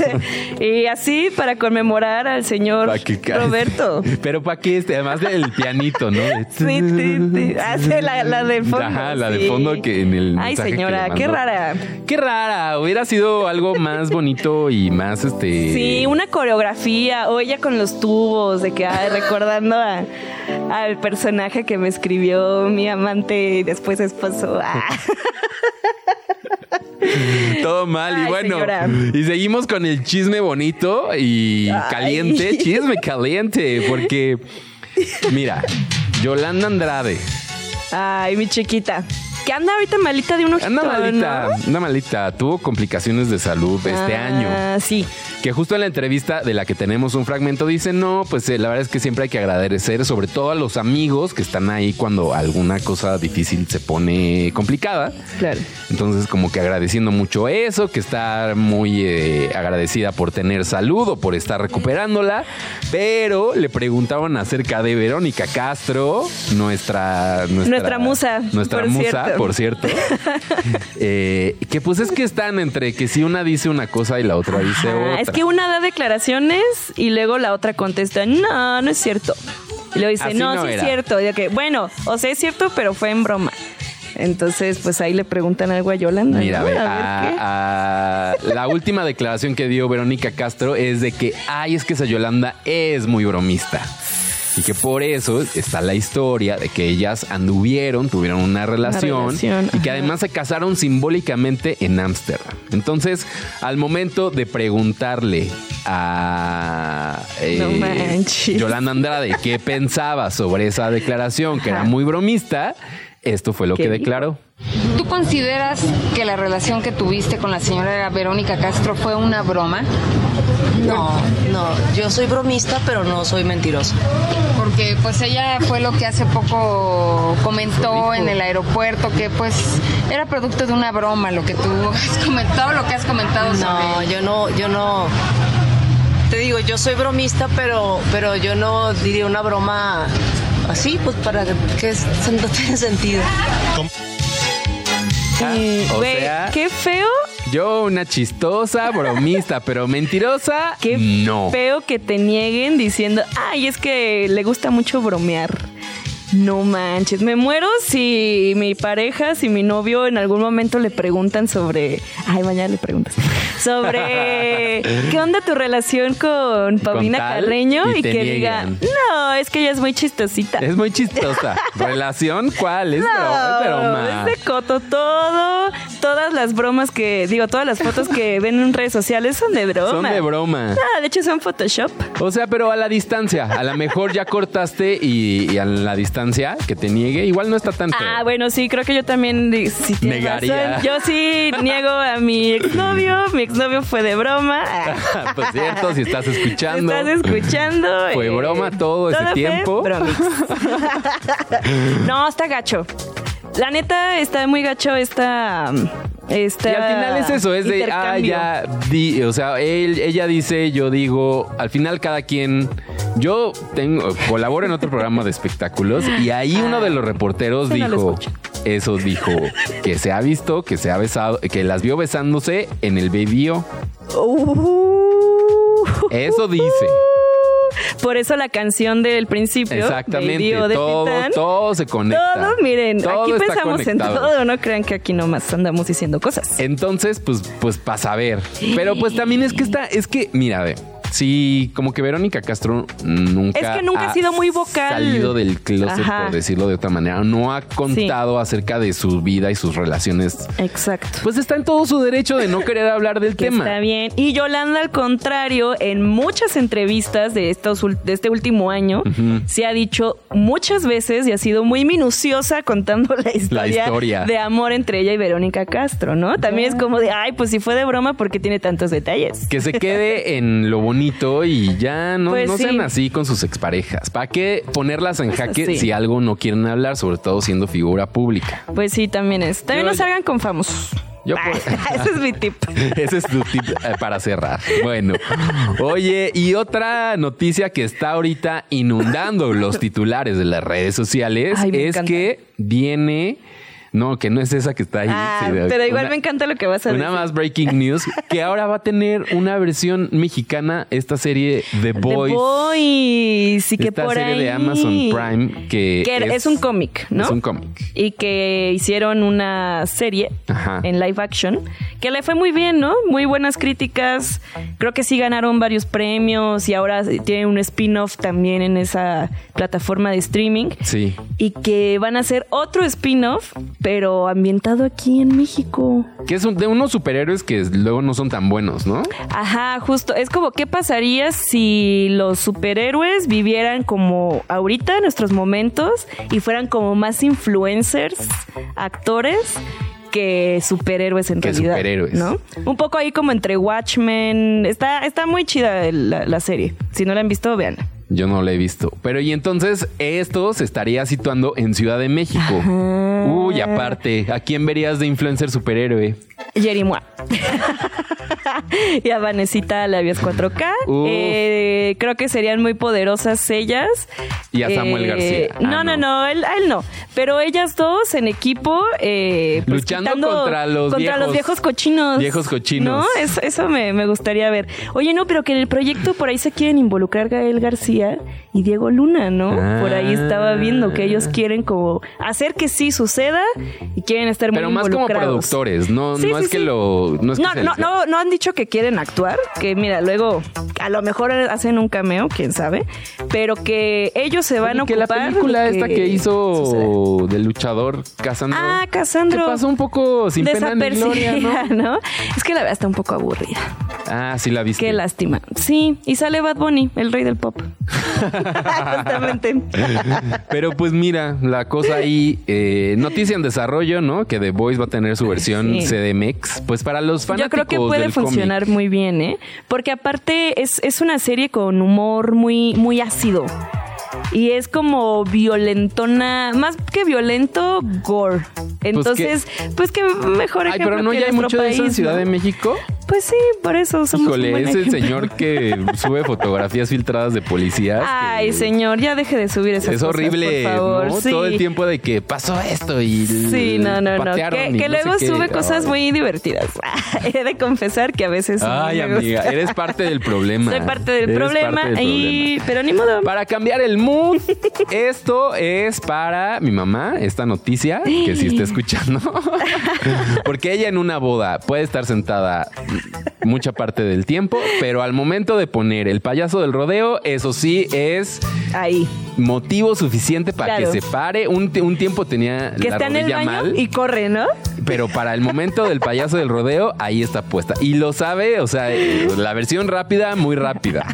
[SPEAKER 2] y así para conmemorar al señor
[SPEAKER 3] pa' que ca-
[SPEAKER 2] Roberto.
[SPEAKER 3] [LAUGHS] Pero para qué este, además del pianito, ¿no?
[SPEAKER 2] [LAUGHS] Sí, sí, Ah, sí. Hace la, la de fondo.
[SPEAKER 3] Ajá, la
[SPEAKER 2] sí.
[SPEAKER 3] de fondo que en el.
[SPEAKER 2] Ay,
[SPEAKER 3] mensaje que
[SPEAKER 2] señora,
[SPEAKER 3] le
[SPEAKER 2] qué
[SPEAKER 3] mandó.
[SPEAKER 2] rara.
[SPEAKER 3] Qué rara. Hubiera sido algo más bonito y más este.
[SPEAKER 2] Sí, una coreografía, o ella con los tubos, de que ay, recordando a- al personaje que me escribió mi amante y después esposo. Ah. [LAUGHS]
[SPEAKER 3] Todo mal. y
[SPEAKER 2] Ay,
[SPEAKER 3] bueno,
[SPEAKER 2] señora.
[SPEAKER 3] y seguimos con el chisme bonito y caliente. Chisme caliente, porque mira, Yolanda Andrade.
[SPEAKER 2] Ay, mi chiquita. que anda ahorita malita de un ojito,
[SPEAKER 3] Anda malita,
[SPEAKER 2] ¿no?
[SPEAKER 3] anda malita. Tuvo complicaciones de salud este
[SPEAKER 2] Ah,
[SPEAKER 3] año.
[SPEAKER 2] Sí.
[SPEAKER 3] Que justo en la entrevista de la que tenemos un fragmento dice, no, pues eh, la verdad es que siempre hay que agradecer, sobre todo a los amigos que están ahí cuando alguna cosa difícil se pone complicada.
[SPEAKER 2] Claro.
[SPEAKER 3] Entonces como que agradeciendo mucho eso, que está muy eh, agradecida por tener salud o por estar recuperándola. Pero le preguntaban acerca de Verónica Castro, nuestra... Nuestra,
[SPEAKER 2] Nuestra musa,
[SPEAKER 3] Nuestra
[SPEAKER 2] por
[SPEAKER 3] musa,
[SPEAKER 2] cierto.
[SPEAKER 3] por
[SPEAKER 2] [LAUGHS]
[SPEAKER 3] cierto. Eh, que pues es que están entre que si una dice una cosa y la otra dice
[SPEAKER 2] Ajá,
[SPEAKER 3] otra.
[SPEAKER 2] Ah, Es que una da declaraciones y luego la otra contesta, no, no es cierto. Y luego dice,
[SPEAKER 3] Así
[SPEAKER 2] no,
[SPEAKER 3] no
[SPEAKER 2] sí es
[SPEAKER 3] era".
[SPEAKER 2] cierto. Y yo que, bueno, o sea, es cierto, pero fue en broma. Entonces, pues ahí le preguntan algo a Yolanda.
[SPEAKER 3] Mira,
[SPEAKER 2] ¿no?
[SPEAKER 3] ve, ah,
[SPEAKER 2] A ver qué.
[SPEAKER 3] a- a- la última declaración que dio Verónica Castro es de que, ay, es que esa Yolanda es muy bromista. Y que por eso está la historia de que ellas anduvieron, tuvieron una relación,
[SPEAKER 2] relación,
[SPEAKER 3] y que
[SPEAKER 2] ajá.
[SPEAKER 3] además se casaron simbólicamente en Ámsterdam. Entonces, al momento de preguntarle a eh,
[SPEAKER 2] No manches.
[SPEAKER 3] Yolanda Andrade qué pensaba sobre esa declaración, que era
[SPEAKER 2] Ajá.
[SPEAKER 3] muy bromista, esto fue lo
[SPEAKER 2] ¿Qué
[SPEAKER 3] que
[SPEAKER 2] dijo?
[SPEAKER 3] declaró.
[SPEAKER 5] ¿Tú consideras que la relación que tuviste con la señora Verónica Castro fue una broma?
[SPEAKER 6] No, no, yo soy bromista, pero no soy mentiroso.
[SPEAKER 5] Porque pues ella fue lo que hace poco comentó en el aeropuerto que pues era producto de una broma lo que tú [LAUGHS] has comentado, lo que has comentado
[SPEAKER 6] No,
[SPEAKER 5] sobre
[SPEAKER 6] yo no, yo no. Te digo, yo soy bromista, pero, pero yo no diría una broma así, pues para que es- no [LAUGHS] tiene sentido.
[SPEAKER 2] Sí,
[SPEAKER 3] ah. o
[SPEAKER 2] güey,
[SPEAKER 3] sea-
[SPEAKER 2] qué feo,
[SPEAKER 3] Yo, una chistosa, bromista, pero mentirosa.
[SPEAKER 2] qué
[SPEAKER 3] no.
[SPEAKER 2] feo que te nieguen diciendo, ay, es que le gusta mucho bromear. No manches, me muero si mi pareja, si mi novio en algún momento le preguntan sobre. Ay, mañana le preguntas.
[SPEAKER 3] [LAUGHS]
[SPEAKER 2] Sobre qué onda tu relación con Paulina
[SPEAKER 3] tal,
[SPEAKER 2] Carreño
[SPEAKER 3] y
[SPEAKER 2] y,
[SPEAKER 3] te
[SPEAKER 2] que diga,
[SPEAKER 3] niegan.
[SPEAKER 2] no, es que ella es muy chistosita.
[SPEAKER 3] Es muy
[SPEAKER 2] [LAUGHS]
[SPEAKER 3] chistosa. ¿Relación cuál? Es bro- es broma.
[SPEAKER 2] No, es de coto todo. Todas las bromas que, digo, todas las fotos que ven en redes sociales son de broma.
[SPEAKER 3] Son de broma.
[SPEAKER 2] No, de hecho son Photoshop.
[SPEAKER 3] O sea, pero a la distancia. A lo mejor ya cortaste y, y a la distancia que te niegue, igual no está tan feo.
[SPEAKER 2] Ah, bueno, sí, creo que yo también di- sí tienes
[SPEAKER 3] Negaría.
[SPEAKER 2] razón. Yo sí niego a mi exnovio. Mi exnovio fue de broma.
[SPEAKER 3] [LAUGHS] Por cierto, si estás escuchando.
[SPEAKER 2] Estás escuchando. eh,
[SPEAKER 3] Fue broma todo ese
[SPEAKER 2] fue
[SPEAKER 3] tiempo. [LAUGHS]
[SPEAKER 2] bromix. no, está gacho. La neta está muy gacho esta. esta
[SPEAKER 3] Y al final es eso, es de, ah,
[SPEAKER 2] intercambio.
[SPEAKER 3] ya, di- o sea, él, ella dice, yo digo, al final cada quien, yo tengo, colaboro en otro programa de espectáculos y ahí uno de los reporteros
[SPEAKER 2] ese no lo
[SPEAKER 3] dijo,
[SPEAKER 2] escucho.
[SPEAKER 3] eso dijo, que se ha visto, que se ha besado, que las vio besándose en el bebío.
[SPEAKER 2] Uh.
[SPEAKER 3] Eso dice.
[SPEAKER 2] Por eso la canción del principio.
[SPEAKER 3] Exactamente,
[SPEAKER 2] Baby O de
[SPEAKER 3] todo,
[SPEAKER 2] Titán,
[SPEAKER 3] todo se conecta.
[SPEAKER 2] todo, miren,
[SPEAKER 3] Todo
[SPEAKER 2] aquí
[SPEAKER 3] está
[SPEAKER 2] pensamos en
[SPEAKER 3] conectado.
[SPEAKER 2] todo, no crean que aquí nomás andamos diciendo cosas.
[SPEAKER 3] Entonces, pues, pues para saber. Pero pues también es que está, es que, mira, ve. Sí, como que Verónica Castro nunca.
[SPEAKER 2] Es que nunca ha sido muy vocal.
[SPEAKER 3] Salido del closet,
[SPEAKER 2] Ajá.
[SPEAKER 3] por decirlo de otra manera. No ha contado acerca de su vida y sus relaciones.
[SPEAKER 2] Exacto.
[SPEAKER 3] Pues está en todo su derecho de no querer hablar del
[SPEAKER 2] [LAUGHS] Que
[SPEAKER 3] tema.
[SPEAKER 2] Está bien. Y Yolanda, al contrario, en muchas entrevistas de, estos, ul- de este último año, se ha dicho muchas veces y ha sido muy minuciosa contando [LAUGHS] la historia,
[SPEAKER 3] historia.
[SPEAKER 2] de amor entre ella y Verónica Castro, ¿no? También es como de, ay, pues si fue de broma, porque tiene tantos detalles?
[SPEAKER 3] Que se quede en lo bonito y ya no,
[SPEAKER 2] Pues
[SPEAKER 3] no
[SPEAKER 2] sí.
[SPEAKER 3] sean así con sus exparejas. ¿Para qué ponerlas
[SPEAKER 2] [LAUGHS]
[SPEAKER 3] en jaque
[SPEAKER 2] sí.
[SPEAKER 3] si algo no quieren hablar, sobre todo siendo figura pública?
[SPEAKER 2] Pues sí, también es. También
[SPEAKER 3] Yo-
[SPEAKER 2] no salgan con famosos. Ah,
[SPEAKER 3] Yo por-
[SPEAKER 2] [LAUGHS] Ese es mi tip.
[SPEAKER 3] [LAUGHS] Ese es tu tip eh, para cerrar. Bueno, oye, y otra noticia que está ahorita inundando los titulares de las redes sociales
[SPEAKER 2] Ay, me
[SPEAKER 3] es
[SPEAKER 2] encanta.
[SPEAKER 3] que viene. No, que no es esa que está ahí.
[SPEAKER 2] Ah,
[SPEAKER 3] sí, de-
[SPEAKER 2] pero igual
[SPEAKER 3] una-
[SPEAKER 2] me encanta lo que vas a decir.
[SPEAKER 3] Una más breaking news que ahora va a tener una versión mexicana esta serie The Boys.
[SPEAKER 2] The Boys. Y que
[SPEAKER 3] esta
[SPEAKER 2] por
[SPEAKER 3] serie
[SPEAKER 2] ahí.
[SPEAKER 3] de Amazon Prime que,
[SPEAKER 2] Que es, un cómic, ¿no?
[SPEAKER 3] Es un cómic.
[SPEAKER 2] Y que hicieron una serie
[SPEAKER 3] Ajá.
[SPEAKER 2] en live action que le fue muy bien, ¿no? Muy buenas críticas. Creo que sí ganaron varios premios y ahora tiene un spin-off también en esa plataforma de streaming.
[SPEAKER 3] Sí.
[SPEAKER 2] y que van a hacer otro spin-off pero ambientado aquí en México.
[SPEAKER 3] Que es un- de unos superhéroes que luego no son tan buenos, ¿no?
[SPEAKER 2] Ajá, justo. Es como, ¿qué pasaría si los superhéroes vivieran como ahorita, en nuestros momentos, y fueran como más influencers, actores, que superhéroes en
[SPEAKER 3] Que
[SPEAKER 2] realidad?
[SPEAKER 3] superhéroes.
[SPEAKER 2] ¿No? Un poco ahí como entre Watchmen. Está, está muy chida la, la serie. Si no la han visto, véanla.
[SPEAKER 3] Yo no lo he visto. Pero y entonces esto se estaría situando en Ciudad de México.
[SPEAKER 2] Ajá.
[SPEAKER 3] Uy, aparte, ¿a quién verías de influencer superhéroe?
[SPEAKER 2] Jerimoa. [LAUGHS] y a Vanesita Labios 4K.
[SPEAKER 3] Uf.
[SPEAKER 2] Eh, creo que serían muy poderosas ellas. Eh,
[SPEAKER 3] Y a Samuel García. Ah,
[SPEAKER 2] No,
[SPEAKER 3] no.
[SPEAKER 2] no, no, él, a él no. Pero ellas dos en equipo. eh, pues,
[SPEAKER 3] Luchando
[SPEAKER 2] quitando-
[SPEAKER 3] contra los
[SPEAKER 2] contra los
[SPEAKER 3] viejos.
[SPEAKER 2] viejos cochinos.
[SPEAKER 3] Viejos cochinos.
[SPEAKER 2] No, eso, eso me, me gustaría ver. Oye, no, pero que en el proyecto por ahí se quieren involucrar Gael García y Diego Luna, ¿no?
[SPEAKER 3] Ah.
[SPEAKER 2] Por ahí estaba viendo que ellos quieren como hacer que sí suceda y quieren estar
[SPEAKER 3] Pero
[SPEAKER 2] muy
[SPEAKER 3] más como
[SPEAKER 2] involucrados.
[SPEAKER 3] productores, no,
[SPEAKER 2] Sí,
[SPEAKER 3] no
[SPEAKER 2] sí,
[SPEAKER 3] es que
[SPEAKER 2] sí.
[SPEAKER 3] lo. No, es que
[SPEAKER 2] No,
[SPEAKER 3] se
[SPEAKER 2] no,
[SPEAKER 3] les-
[SPEAKER 2] no, no han dicho que quieren actuar, que mira, luego a lo mejor hacen un cameo, quién sabe, pero que ellos se
[SPEAKER 3] Oye,
[SPEAKER 2] van a
[SPEAKER 3] que
[SPEAKER 2] ocupar.
[SPEAKER 3] la película
[SPEAKER 2] de
[SPEAKER 3] esta que
[SPEAKER 2] suceda.
[SPEAKER 3] hizo del luchador Casandro.
[SPEAKER 2] Ah, Casandro.
[SPEAKER 3] Que pasó un poco sin pena ni gloria, ¿no?
[SPEAKER 2] Desapercibida, ¿no? Es que la verdad está un poco aburrida.
[SPEAKER 3] Ah, sí la viste.
[SPEAKER 2] Qué lástima. Sí, y sale Bad Bunny, el rey del
[SPEAKER 3] [LAUGHS]
[SPEAKER 2] pop. [LAUGHS] Justamente.
[SPEAKER 3] Pero pues mira, la cosa ahí, eh, noticia en desarrollo, ¿no? Que The Voice va a tener su versión
[SPEAKER 2] Sí.
[SPEAKER 3] CDMX. Pues para los
[SPEAKER 2] Yo
[SPEAKER 3] fanáticos
[SPEAKER 2] creo que puede
[SPEAKER 3] del cómic.
[SPEAKER 2] funcionar muy bien, ¿eh? Porque aparte es, es una serie con humor muy, muy ácido. Y es como violentona, más que violento, gore. Entonces, pues que, mejor
[SPEAKER 3] Ay,
[SPEAKER 2] ejemplo
[SPEAKER 3] pero no
[SPEAKER 2] que
[SPEAKER 3] ya hay
[SPEAKER 2] nuestro
[SPEAKER 3] mucho de eso en
[SPEAKER 2] país,
[SPEAKER 3] Ciudad
[SPEAKER 2] ¿no?
[SPEAKER 3] de México.
[SPEAKER 2] Pues sí, por eso somos un
[SPEAKER 3] Híjole,
[SPEAKER 2] buen
[SPEAKER 3] es el
[SPEAKER 2] ejemplo. [LAUGHS]
[SPEAKER 3] señor que sube fotografías filtradas de policías.
[SPEAKER 2] Ay,
[SPEAKER 3] que
[SPEAKER 2] señor, ya deje de subir esas
[SPEAKER 3] Es
[SPEAKER 2] cosas,
[SPEAKER 3] horrible,
[SPEAKER 2] por favor.
[SPEAKER 3] ¿no?
[SPEAKER 2] Sí.
[SPEAKER 3] Todo el tiempo de que pasó esto y
[SPEAKER 2] Sí, no, no, no.
[SPEAKER 3] patearon
[SPEAKER 2] Que,
[SPEAKER 3] y
[SPEAKER 2] que
[SPEAKER 3] no sé
[SPEAKER 2] luego
[SPEAKER 3] qué.
[SPEAKER 2] sube cosas
[SPEAKER 3] Ay.
[SPEAKER 2] muy divertidas. [LAUGHS] He de confesar que a veces. no
[SPEAKER 3] Ay,
[SPEAKER 2] [LAUGHS] me
[SPEAKER 3] amiga,
[SPEAKER 2] gusta.
[SPEAKER 3] eres parte del problema.
[SPEAKER 2] Soy parte del
[SPEAKER 3] Eres
[SPEAKER 2] problema.
[SPEAKER 3] parte del
[SPEAKER 2] y... Pero ni modo.
[SPEAKER 3] Para cambiar el
[SPEAKER 2] [LAUGHS]
[SPEAKER 3] mood, esto es para mi mamá, esta noticia, que si está
[SPEAKER 2] [LAUGHS]
[SPEAKER 3] escuchando. Porque ella en una boda puede estar sentada mucha parte del tiempo, pero al momento de poner el payaso del rodeo, eso sí es
[SPEAKER 2] Ahí.
[SPEAKER 3] motivo suficiente para
[SPEAKER 2] Claro.
[SPEAKER 3] que se pare. Un, ti- un tiempo tenía
[SPEAKER 2] Que
[SPEAKER 3] la
[SPEAKER 2] está en el
[SPEAKER 3] rodilla
[SPEAKER 2] baño
[SPEAKER 3] mal,
[SPEAKER 2] y corre, ¿no?
[SPEAKER 3] pero para el momento del payaso del rodeo, ahí está puesta. Y lo sabe, o sea, eh, la versión rápida, muy rápida.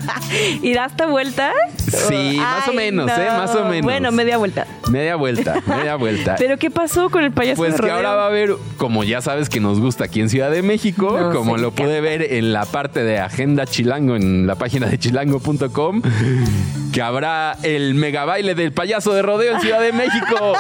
[SPEAKER 2] Y da hasta vuelta.
[SPEAKER 3] Sí, más o menos, ¿eh? Más o menos.
[SPEAKER 2] Bueno, media vuelta.
[SPEAKER 3] Media vuelta, media vuelta.
[SPEAKER 2] Pero ¿qué pasó con el payaso
[SPEAKER 3] Pues
[SPEAKER 2] de
[SPEAKER 3] que
[SPEAKER 2] rodeo?
[SPEAKER 3] ahora va a haber, como ya sabes que nos gusta aquí en Ciudad de México,
[SPEAKER 2] Nos
[SPEAKER 3] como lo
[SPEAKER 2] encanta.
[SPEAKER 3] pude ver en la parte de Agenda Chilango, en la página de chilango.com, que habrá el mega baile del payaso de rodeo en Ciudad de
[SPEAKER 2] [LAUGHS]
[SPEAKER 3] México.
[SPEAKER 2] Ah,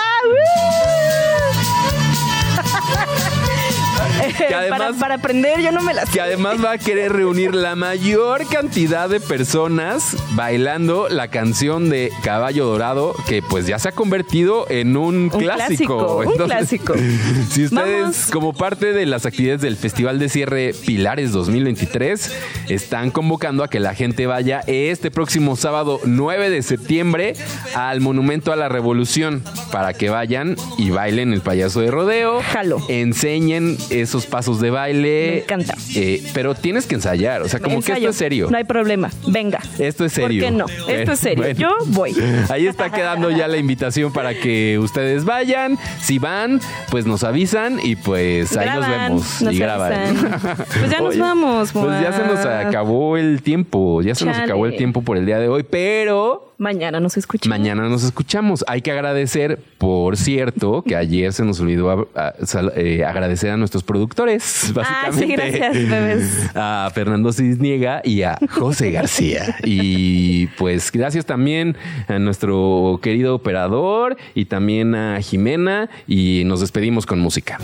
[SPEAKER 3] que además-
[SPEAKER 2] [LAUGHS] para, para aprender, yo no me
[SPEAKER 3] [LAUGHS]
[SPEAKER 2] las...
[SPEAKER 3] Que además va a querer reunir la mayor cantidad de personas bailando la canción de Caballo Dorado, que pues ya se ha convertido en un,
[SPEAKER 2] clásico, un clásico.
[SPEAKER 3] [LAUGHS] Si ustedes,
[SPEAKER 2] Vamos.
[SPEAKER 3] como parte de las actividades del Festival de Cierre Pilares 2023, están convocando a que la gente vaya este próximo sábado 9 de septiembre al Monumento a la Revolución para que vayan y bailen el payaso de rodeo.
[SPEAKER 2] Jalo.
[SPEAKER 3] Enseñen esos pasos de baile.
[SPEAKER 2] Me encanta.
[SPEAKER 3] Eh, pero tienes que ensayar, o sea, como que
[SPEAKER 2] Ensayo.
[SPEAKER 3] esto es serio. Eh,
[SPEAKER 2] No hay problema. Venga.
[SPEAKER 3] Esto es serio.
[SPEAKER 2] ¿Por qué no? Esto es serio.
[SPEAKER 3] Bueno.
[SPEAKER 2] Yo voy.
[SPEAKER 3] [LAUGHS] Ahí está quedando ya la invitación para que ustedes vayan. Si van, pues nos avisan y pues ahí nos
[SPEAKER 2] Graban,
[SPEAKER 3] vemos.
[SPEAKER 2] nos
[SPEAKER 3] y graban.
[SPEAKER 2] avisan. Pues ya nos
[SPEAKER 3] Oye,
[SPEAKER 2] vamos,
[SPEAKER 3] Pues ya se nos
[SPEAKER 2] Moab.
[SPEAKER 3] acabó el tiempo. Ya se nos
[SPEAKER 2] Chale.
[SPEAKER 3] acabó el tiempo por el día de hoy, pero
[SPEAKER 2] Mañana nos escuchamos.
[SPEAKER 3] Mañana nos escuchamos. Hay que agradecer, por cierto, que ayer se nos olvidó ab- a- sal- eh, agradecer a nuestros productores,
[SPEAKER 2] Ah, sí,
[SPEAKER 3] básicamente.
[SPEAKER 2] gracias, bebés.
[SPEAKER 3] [LAUGHS] A Fernando Cisniega y a José García. Y pues gracias también a nuestro querido operador y también a Jimena. Y nos despedimos con música.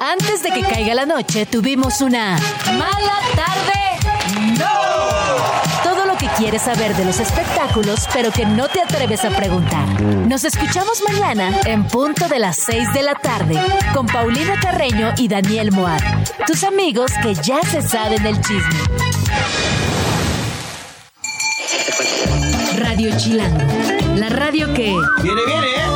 [SPEAKER 1] Antes de que caiga la noche, tuvimos una mala tarde. ¡No! Todo lo que quieres saber de los espectáculos, pero que no te atreves a preguntar. Nos escuchamos mañana en punto de las 6 de la tarde con Paulina Carreño y Daniel Moab, tus amigos que ya se saben el chisme. Radio Chilango, la radio que...
[SPEAKER 7] Viene, viene, ¿eh?